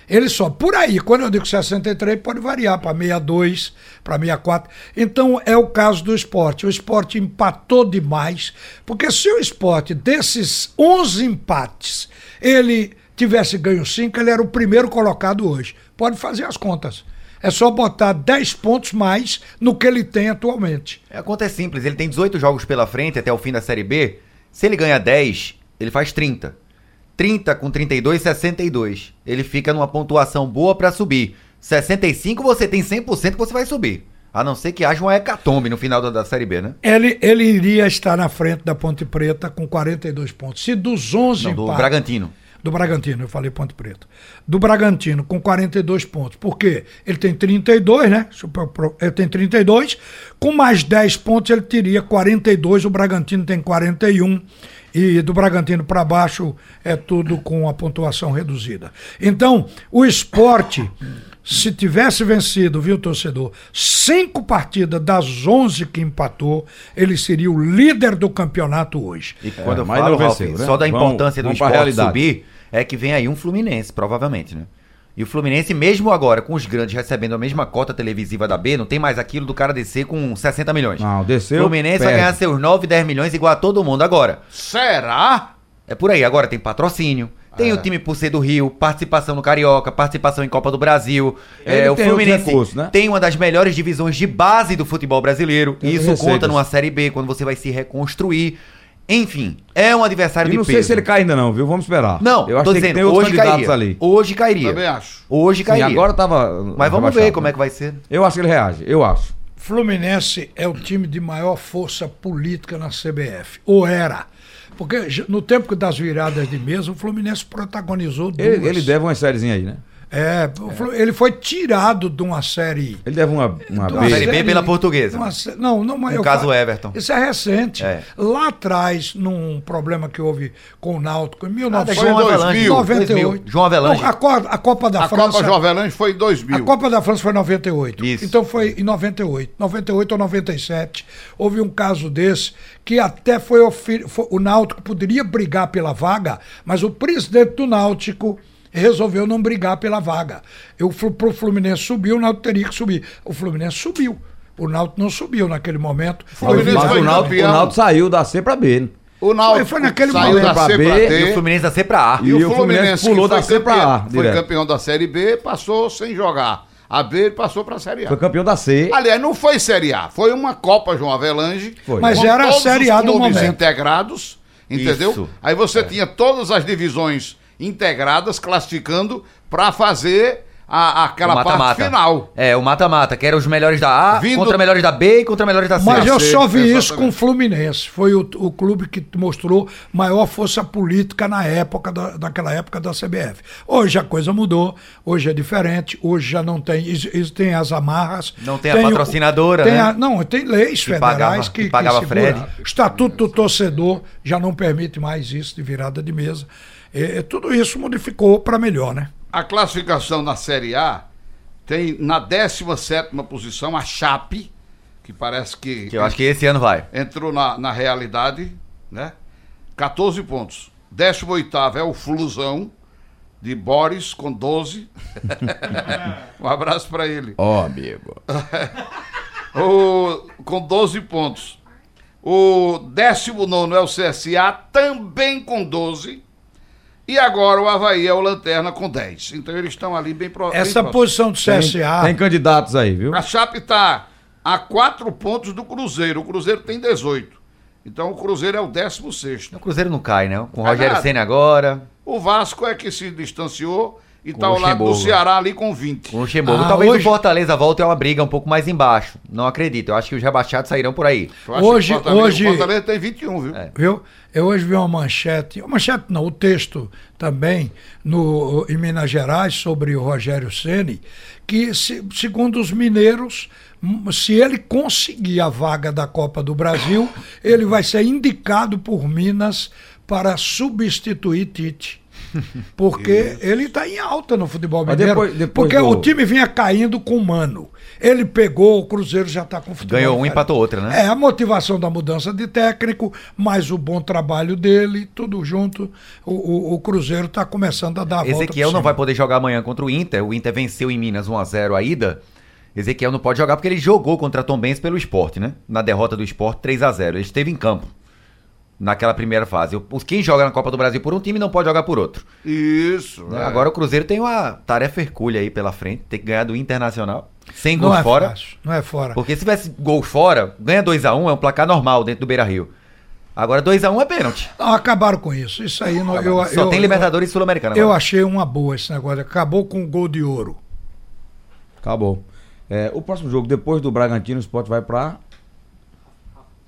[SPEAKER 6] Ele sobe por aí. Quando eu digo 63, pode variar para 62, para 64. Então é o caso do esporte. O esporte empatou demais, porque se o esporte desses 11 empates, ele tivesse ganho 5, ele era o primeiro colocado hoje. Pode fazer as contas. É só botar 10 pontos mais no que ele tem atualmente.
[SPEAKER 4] A conta é simples, ele tem 18 jogos pela frente até o fim da Série B. Se ele ganha 10, ele faz 30. 30 com 32, 62. Ele fica numa pontuação boa pra subir. 65 você tem 100% que você vai subir. A não ser que haja uma hecatombe no final da, da Série B, né?
[SPEAKER 6] Ele, ele iria estar na frente da Ponte Preta com 42 pontos. Se dos 11
[SPEAKER 4] Não, do
[SPEAKER 6] empates-
[SPEAKER 4] Bragantino.
[SPEAKER 6] Do Bragantino, eu falei Ponte Preta. Do Bragantino com 42 pontos. Por quê? Ele tem 32, né? Super pro- Ele tem 32. Com mais 10 pontos, ele teria 42. O Bragantino tem 41. E do Bragantino para baixo é tudo com a pontuação reduzida. Então, o esporte, se tivesse vencido, viu, torcedor, cinco partidas das 11 que empatou, ele seria o líder do campeonato hoje.
[SPEAKER 4] E quando eu
[SPEAKER 3] É, mas
[SPEAKER 4] falo,
[SPEAKER 3] não
[SPEAKER 4] Ralf,
[SPEAKER 3] venceu, né?
[SPEAKER 4] só da
[SPEAKER 3] Vamos-
[SPEAKER 4] importância
[SPEAKER 3] vamos
[SPEAKER 4] do
[SPEAKER 3] pra
[SPEAKER 4] esporte
[SPEAKER 3] realidade.
[SPEAKER 4] subir, é que vem aí um Fluminense, provavelmente, né? E o Fluminense, mesmo agora, com os grandes recebendo a mesma cota televisiva da B, não tem mais aquilo do cara descer com 60 milhões.
[SPEAKER 3] Não, desceu,
[SPEAKER 4] O Fluminense vai
[SPEAKER 3] perde.
[SPEAKER 4] ganhar seus 9, 10 milhões igual a todo mundo agora.
[SPEAKER 5] Será?
[SPEAKER 4] É por aí, agora tem patrocínio.
[SPEAKER 3] Ah,
[SPEAKER 4] Tem
[SPEAKER 3] é.
[SPEAKER 4] o time por ser do Rio, participação no Carioca, participação em Copa do Brasil.
[SPEAKER 3] Ele
[SPEAKER 4] É, o
[SPEAKER 3] tem outro
[SPEAKER 4] Fluminense
[SPEAKER 3] recurso, né?
[SPEAKER 4] tem uma das melhores divisões de base do futebol brasileiro.
[SPEAKER 3] Tem
[SPEAKER 4] isso
[SPEAKER 3] receitas.
[SPEAKER 4] conta numa Série B, quando você vai se reconstruir. Enfim, é um
[SPEAKER 3] E
[SPEAKER 4] adversário de
[SPEAKER 3] não
[SPEAKER 4] peso.
[SPEAKER 3] sei se ele cai ainda não, viu? Vamos esperar.
[SPEAKER 4] Não,
[SPEAKER 3] eu acho
[SPEAKER 4] tô
[SPEAKER 3] que tem-
[SPEAKER 4] dizendo,
[SPEAKER 3] tem outros
[SPEAKER 4] hoje
[SPEAKER 3] candidatos
[SPEAKER 4] cairia.
[SPEAKER 3] ali.
[SPEAKER 4] Hoje cairia.
[SPEAKER 5] Também acho.
[SPEAKER 4] Hoje
[SPEAKER 3] Sim,
[SPEAKER 4] cairia.
[SPEAKER 3] agora né? tava
[SPEAKER 4] Mas vamos ver como é que vai ser.
[SPEAKER 3] Eu acho que ele reage, eu acho.
[SPEAKER 6] Fluminense é o time de maior força política na CBF, ou era. Porque j- no tempo das viradas de mesa, o Fluminense protagonizou duas.
[SPEAKER 3] Ele, ele deve uma sériezinha aí, né?
[SPEAKER 6] É, o Flu- ele foi tirado de uma série.
[SPEAKER 3] Ele deve uma, uma
[SPEAKER 6] de
[SPEAKER 3] B.
[SPEAKER 6] uma
[SPEAKER 4] Série Ah, B pela Portuguesa.
[SPEAKER 6] de uma sé- não, não, mas
[SPEAKER 4] No
[SPEAKER 6] eu
[SPEAKER 4] caso
[SPEAKER 6] falo-
[SPEAKER 4] Everton.
[SPEAKER 6] Isso é recente.
[SPEAKER 4] É.
[SPEAKER 6] Lá atrás, num problema que houve com o Náutico, em
[SPEAKER 4] Ah,
[SPEAKER 5] Foi em 2000,
[SPEAKER 6] 1998.
[SPEAKER 4] João Avelange.
[SPEAKER 6] Não, a, Co- a Copa da
[SPEAKER 5] A
[SPEAKER 6] França.
[SPEAKER 5] Copa Jovelange foi em
[SPEAKER 6] A
[SPEAKER 5] 2000.
[SPEAKER 6] Copa da França foi em 98.
[SPEAKER 4] Isso.
[SPEAKER 6] Então foi em 98. 98 ou 97. Houve um caso desse que até foi, ofi- fo- o Náutico poderia brigar pela vaga, mas o presidente do Náutico resolveu não brigar pela vaga. Eu fui pro Fluminense subir, o Náutico teria que subir. O Fluminense subiu. O Náutico não subiu naquele momento.
[SPEAKER 5] Foi, Fluminense
[SPEAKER 3] Mas
[SPEAKER 5] foi
[SPEAKER 3] o Náutico, o
[SPEAKER 5] campeão.
[SPEAKER 3] Náutico saiu da C pra B. né?
[SPEAKER 5] O Náutico
[SPEAKER 6] Foi- foi naquele
[SPEAKER 5] saiu
[SPEAKER 6] momento.
[SPEAKER 5] da C pra
[SPEAKER 3] B,
[SPEAKER 5] D.
[SPEAKER 4] E o Fluminense da C pra A.
[SPEAKER 3] E o Fluminense pulou
[SPEAKER 5] que foi
[SPEAKER 3] da C pra
[SPEAKER 5] campeão-
[SPEAKER 3] A,
[SPEAKER 5] Foi
[SPEAKER 3] direto.
[SPEAKER 5] campeão da Série B, passou sem jogar. A B ele passou pra Série A.
[SPEAKER 4] Tá.
[SPEAKER 3] Foi campeão da C.
[SPEAKER 5] Aliás, não foi Série A, foi uma Copa João Avelange.
[SPEAKER 3] Foi.
[SPEAKER 6] Mas
[SPEAKER 5] com
[SPEAKER 6] era a
[SPEAKER 5] todos
[SPEAKER 6] Série A
[SPEAKER 5] os
[SPEAKER 6] do
[SPEAKER 5] clubes
[SPEAKER 6] momento.
[SPEAKER 5] integrados, entendeu?
[SPEAKER 4] Isso. É.
[SPEAKER 5] Aí você tinha todas as divisões integradas, classificando pra fazer a, aquela
[SPEAKER 4] O
[SPEAKER 5] parte final.
[SPEAKER 4] É, o mata-mata, que eram os melhores da A,
[SPEAKER 5] Vindo-
[SPEAKER 4] contra melhores da B e contra melhores da C.
[SPEAKER 6] Mas eu
[SPEAKER 5] Sim,
[SPEAKER 6] só vi
[SPEAKER 5] exatamente.
[SPEAKER 6] isso com o Fluminense. Foi o, o clube que mostrou maior força política na época, da, naquela época da CBF. Hoje a coisa mudou, hoje é diferente, hoje já não tem. Isso, isso tem as amarras.
[SPEAKER 4] Não tem a patrocinadora,
[SPEAKER 6] tem
[SPEAKER 4] né?
[SPEAKER 6] a- não, tem leis
[SPEAKER 4] Que
[SPEAKER 6] federais
[SPEAKER 4] pagava-
[SPEAKER 6] que.
[SPEAKER 4] que pagava
[SPEAKER 6] segura.
[SPEAKER 4] Fred.
[SPEAKER 6] Estatuto do torcedor já não permite mais isso de virada de mesa. É, tudo isso modificou para melhor, né?
[SPEAKER 5] A classificação na Série A tem na 17ª posição a Chape, que parece que,
[SPEAKER 4] Que eu acho que esse ano vai.
[SPEAKER 5] entrou na, na realidade, né? 14 pontos. 18º é o Flusão de Boris com 12. um abraço pra ele.
[SPEAKER 3] Ó, amigo.
[SPEAKER 5] O, com 12 pontos. O 19 é o CSA, também com 12. E agora o Havaí é o Lanterna com 10. Então eles estão ali bem pro- bem
[SPEAKER 6] Essa
[SPEAKER 5] próximos.
[SPEAKER 6] posição do
[SPEAKER 3] Tem,
[SPEAKER 6] CSA.
[SPEAKER 3] tem candidatos aí, viu?
[SPEAKER 5] A Chape está a 4 pontos do Cruzeiro. O Cruzeiro tem 18. Então o Cruzeiro é o 16.
[SPEAKER 4] O Cruzeiro não cai, né? Com o
[SPEAKER 5] Cai
[SPEAKER 4] Rogério
[SPEAKER 5] nada.
[SPEAKER 4] Senna agora.
[SPEAKER 5] O Vasco é que se distanciou e
[SPEAKER 4] Com
[SPEAKER 5] tá ao lado do
[SPEAKER 4] Luxemburgo.
[SPEAKER 5] Ceará ali com 20.
[SPEAKER 4] O Luxemburgo.
[SPEAKER 6] Ah,
[SPEAKER 4] Talvez
[SPEAKER 6] hoje-
[SPEAKER 4] o Fortaleza volte é uma briga um pouco mais embaixo. Não acredito. Eu acho que os rebaixados sairão por aí.
[SPEAKER 5] Eu acho que
[SPEAKER 6] Hoje-
[SPEAKER 5] o Fortaleza,
[SPEAKER 6] hoje-
[SPEAKER 5] o Fortaleza tem 21, viu?
[SPEAKER 3] É.
[SPEAKER 4] É.
[SPEAKER 6] Viu? Eu hoje vi uma manchete, uma manchete não, o texto também no, em Minas Gerais sobre o Rogério Ceni, que se- segundo os mineiros, hum, se ele conseguir a vaga da Copa do Brasil, ele vai ser indicado por Minas para substituir Tite. Porque ele está em alta no futebol
[SPEAKER 3] Mas
[SPEAKER 6] mineiro.
[SPEAKER 3] depois- depois
[SPEAKER 6] porque
[SPEAKER 3] do-
[SPEAKER 6] o time vinha caindo com o Mano. Ele pegou, o Cruzeiro já está com futebol.
[SPEAKER 4] Ganhou um,
[SPEAKER 6] diferente.
[SPEAKER 4] empatou outro, né?
[SPEAKER 6] É, a motivação da mudança de técnico, mais o bom trabalho dele, tudo junto. O, o- o Cruzeiro está começando a dar a Ah, volta.
[SPEAKER 4] Ezequiel
[SPEAKER 6] por
[SPEAKER 4] não
[SPEAKER 6] cima.
[SPEAKER 4] vai poder jogar amanhã contra o Inter. O Inter venceu em Minas 1x0 a ida. Ezequiel não pode jogar porque ele jogou contra Tom Benz pelo esporte, né? Na derrota do esporte 3x0. Ele esteve em campo naquela primeira fase. O- Quem joga na Copa do Brasil por um time não pode jogar por outro.
[SPEAKER 5] Isso.
[SPEAKER 4] né?
[SPEAKER 5] é.
[SPEAKER 4] Agora o Cruzeiro tem uma tarefa hercúlea aí pela frente. Tem que ganhar do Internacional. Sem
[SPEAKER 6] Não
[SPEAKER 4] gols
[SPEAKER 6] é
[SPEAKER 4] fora.
[SPEAKER 6] fácil, não é fora.
[SPEAKER 4] Porque se tivesse gol fora, ganha 2x1 é um placar normal dentro do Beira Rio. Agora 2x1 é pênalti.
[SPEAKER 6] Não, Ah, acabaram com isso. Isso aí não, eu,
[SPEAKER 4] Tá Só
[SPEAKER 6] eu-
[SPEAKER 4] tem
[SPEAKER 6] eu-
[SPEAKER 4] Libertadores e Sul-Americana.
[SPEAKER 6] Eu,
[SPEAKER 4] agora.
[SPEAKER 6] achei uma boa esse negócio. Acabou com o gol de ouro.
[SPEAKER 3] Acabou. É, o próximo jogo, depois do Bragantino, o Sport vai pra.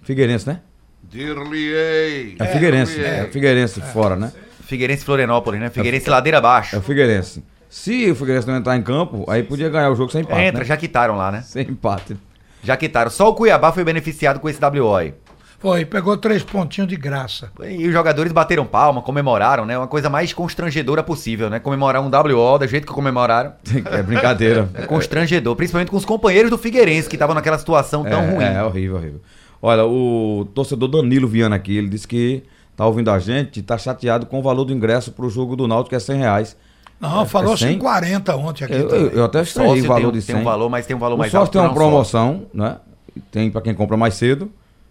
[SPEAKER 3] Figueirense, né?
[SPEAKER 5] Dir-lhe-ei.
[SPEAKER 3] É, Figueirense.
[SPEAKER 5] Dir-lhe-ei.
[SPEAKER 3] É, Figueirense fora,
[SPEAKER 4] É.
[SPEAKER 3] né?
[SPEAKER 4] Figueirense e Florianópolis, né? Figueirense ladeira abaixo.
[SPEAKER 3] É o Figueirense. Se o Figueirense não entrar em campo, aí podia ganhar o jogo sem empate.
[SPEAKER 4] Entra,
[SPEAKER 3] né?
[SPEAKER 4] já quitaram lá, né?
[SPEAKER 3] Sem empate.
[SPEAKER 4] Já quitaram. Só o Cuiabá foi beneficiado com esse WO aí.
[SPEAKER 6] Foi, pegou três pontinhos de graça.
[SPEAKER 4] E os jogadores bateram palma, comemoraram, né? Uma coisa mais constrangedora possível, né? Comemorar um WO do jeito que comemoraram.
[SPEAKER 3] É brincadeira.
[SPEAKER 4] É constrangedor, principalmente com os companheiros do Figueirense, que estavam naquela situação tão
[SPEAKER 3] é,
[SPEAKER 4] um ruim.
[SPEAKER 3] É, horrível, horrível. Olha, o torcedor Danilo Viana aqui, ele disse que tá ouvindo a gente, tá chateado com o valor do ingresso pro jogo do Náutico, que é 100 reais.
[SPEAKER 4] É,
[SPEAKER 6] Não, falou
[SPEAKER 3] cem?
[SPEAKER 6] 140 ontem aqui.
[SPEAKER 3] Eu,
[SPEAKER 6] também.
[SPEAKER 3] eu- eu até
[SPEAKER 4] Sócio
[SPEAKER 3] estranhei o valor
[SPEAKER 4] tem, um-
[SPEAKER 3] de 100.
[SPEAKER 4] tem um valor, mas tem um valor
[SPEAKER 3] O
[SPEAKER 4] mais
[SPEAKER 3] sócio tem uma
[SPEAKER 4] não só.
[SPEAKER 3] promoção, né? Tem pra quem compra mais cedo.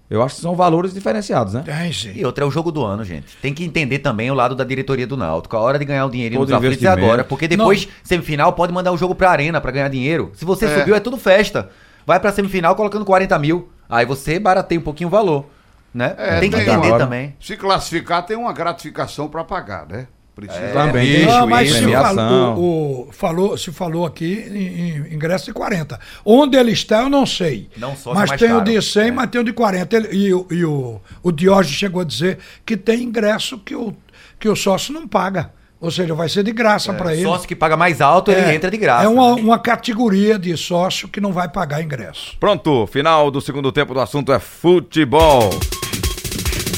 [SPEAKER 3] Eu acho que são valores diferenciados, né?
[SPEAKER 6] Tem sim.
[SPEAKER 4] E outra é o jogo do ano, gente. Tem que entender também o lado da diretoria do Náutico. A hora de ganhar o dinheiro
[SPEAKER 3] Todo
[SPEAKER 4] nos aflitos é
[SPEAKER 3] investimento.
[SPEAKER 4] agora, porque depois, semifinal, pode mandar o jogo pra arena pra ganhar dinheiro. Se você
[SPEAKER 5] É.
[SPEAKER 4] subiu, é tudo festa. Vai pra semifinal colocando 40 mil. Aí você barateia um pouquinho o valor. Né?
[SPEAKER 5] É,
[SPEAKER 4] tem que
[SPEAKER 5] tem
[SPEAKER 4] entender
[SPEAKER 3] uma-
[SPEAKER 4] também.
[SPEAKER 5] Se classificar, tem uma gratificação para pagar, né? Precisa.
[SPEAKER 3] É. Também tem
[SPEAKER 4] é isso,
[SPEAKER 6] Ah, mas
[SPEAKER 4] isso.
[SPEAKER 6] se
[SPEAKER 3] premiação.
[SPEAKER 6] falou, o- falou- se falou aqui em, em ingresso de 40. Onde ele está, eu não sei.
[SPEAKER 4] Não, só se
[SPEAKER 6] mas
[SPEAKER 4] mais
[SPEAKER 6] tem o
[SPEAKER 4] caro. É.
[SPEAKER 6] de 100, mas tem o de 40. Ele- e o- e o, o Diógenes chegou a dizer que tem ingresso que o, que o sócio não paga. Ou seja, vai ser de graça para ele.
[SPEAKER 4] É, Sócio que paga mais alto, ele entra de graça.
[SPEAKER 6] É uma,
[SPEAKER 4] né?
[SPEAKER 6] uma categoria de sócio que não vai pagar ingresso.
[SPEAKER 3] Pronto, final do segundo tempo do assunto é futebol.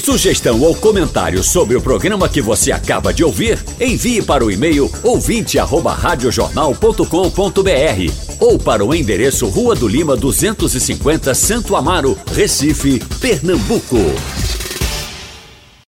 [SPEAKER 1] Sugestão ou comentário sobre o programa que você acaba de ouvir, envie para o e-mail ouvinte@radiojornal.com.br ou para o endereço Rua do Lima 250, Santo Amaro, Recife, Pernambuco.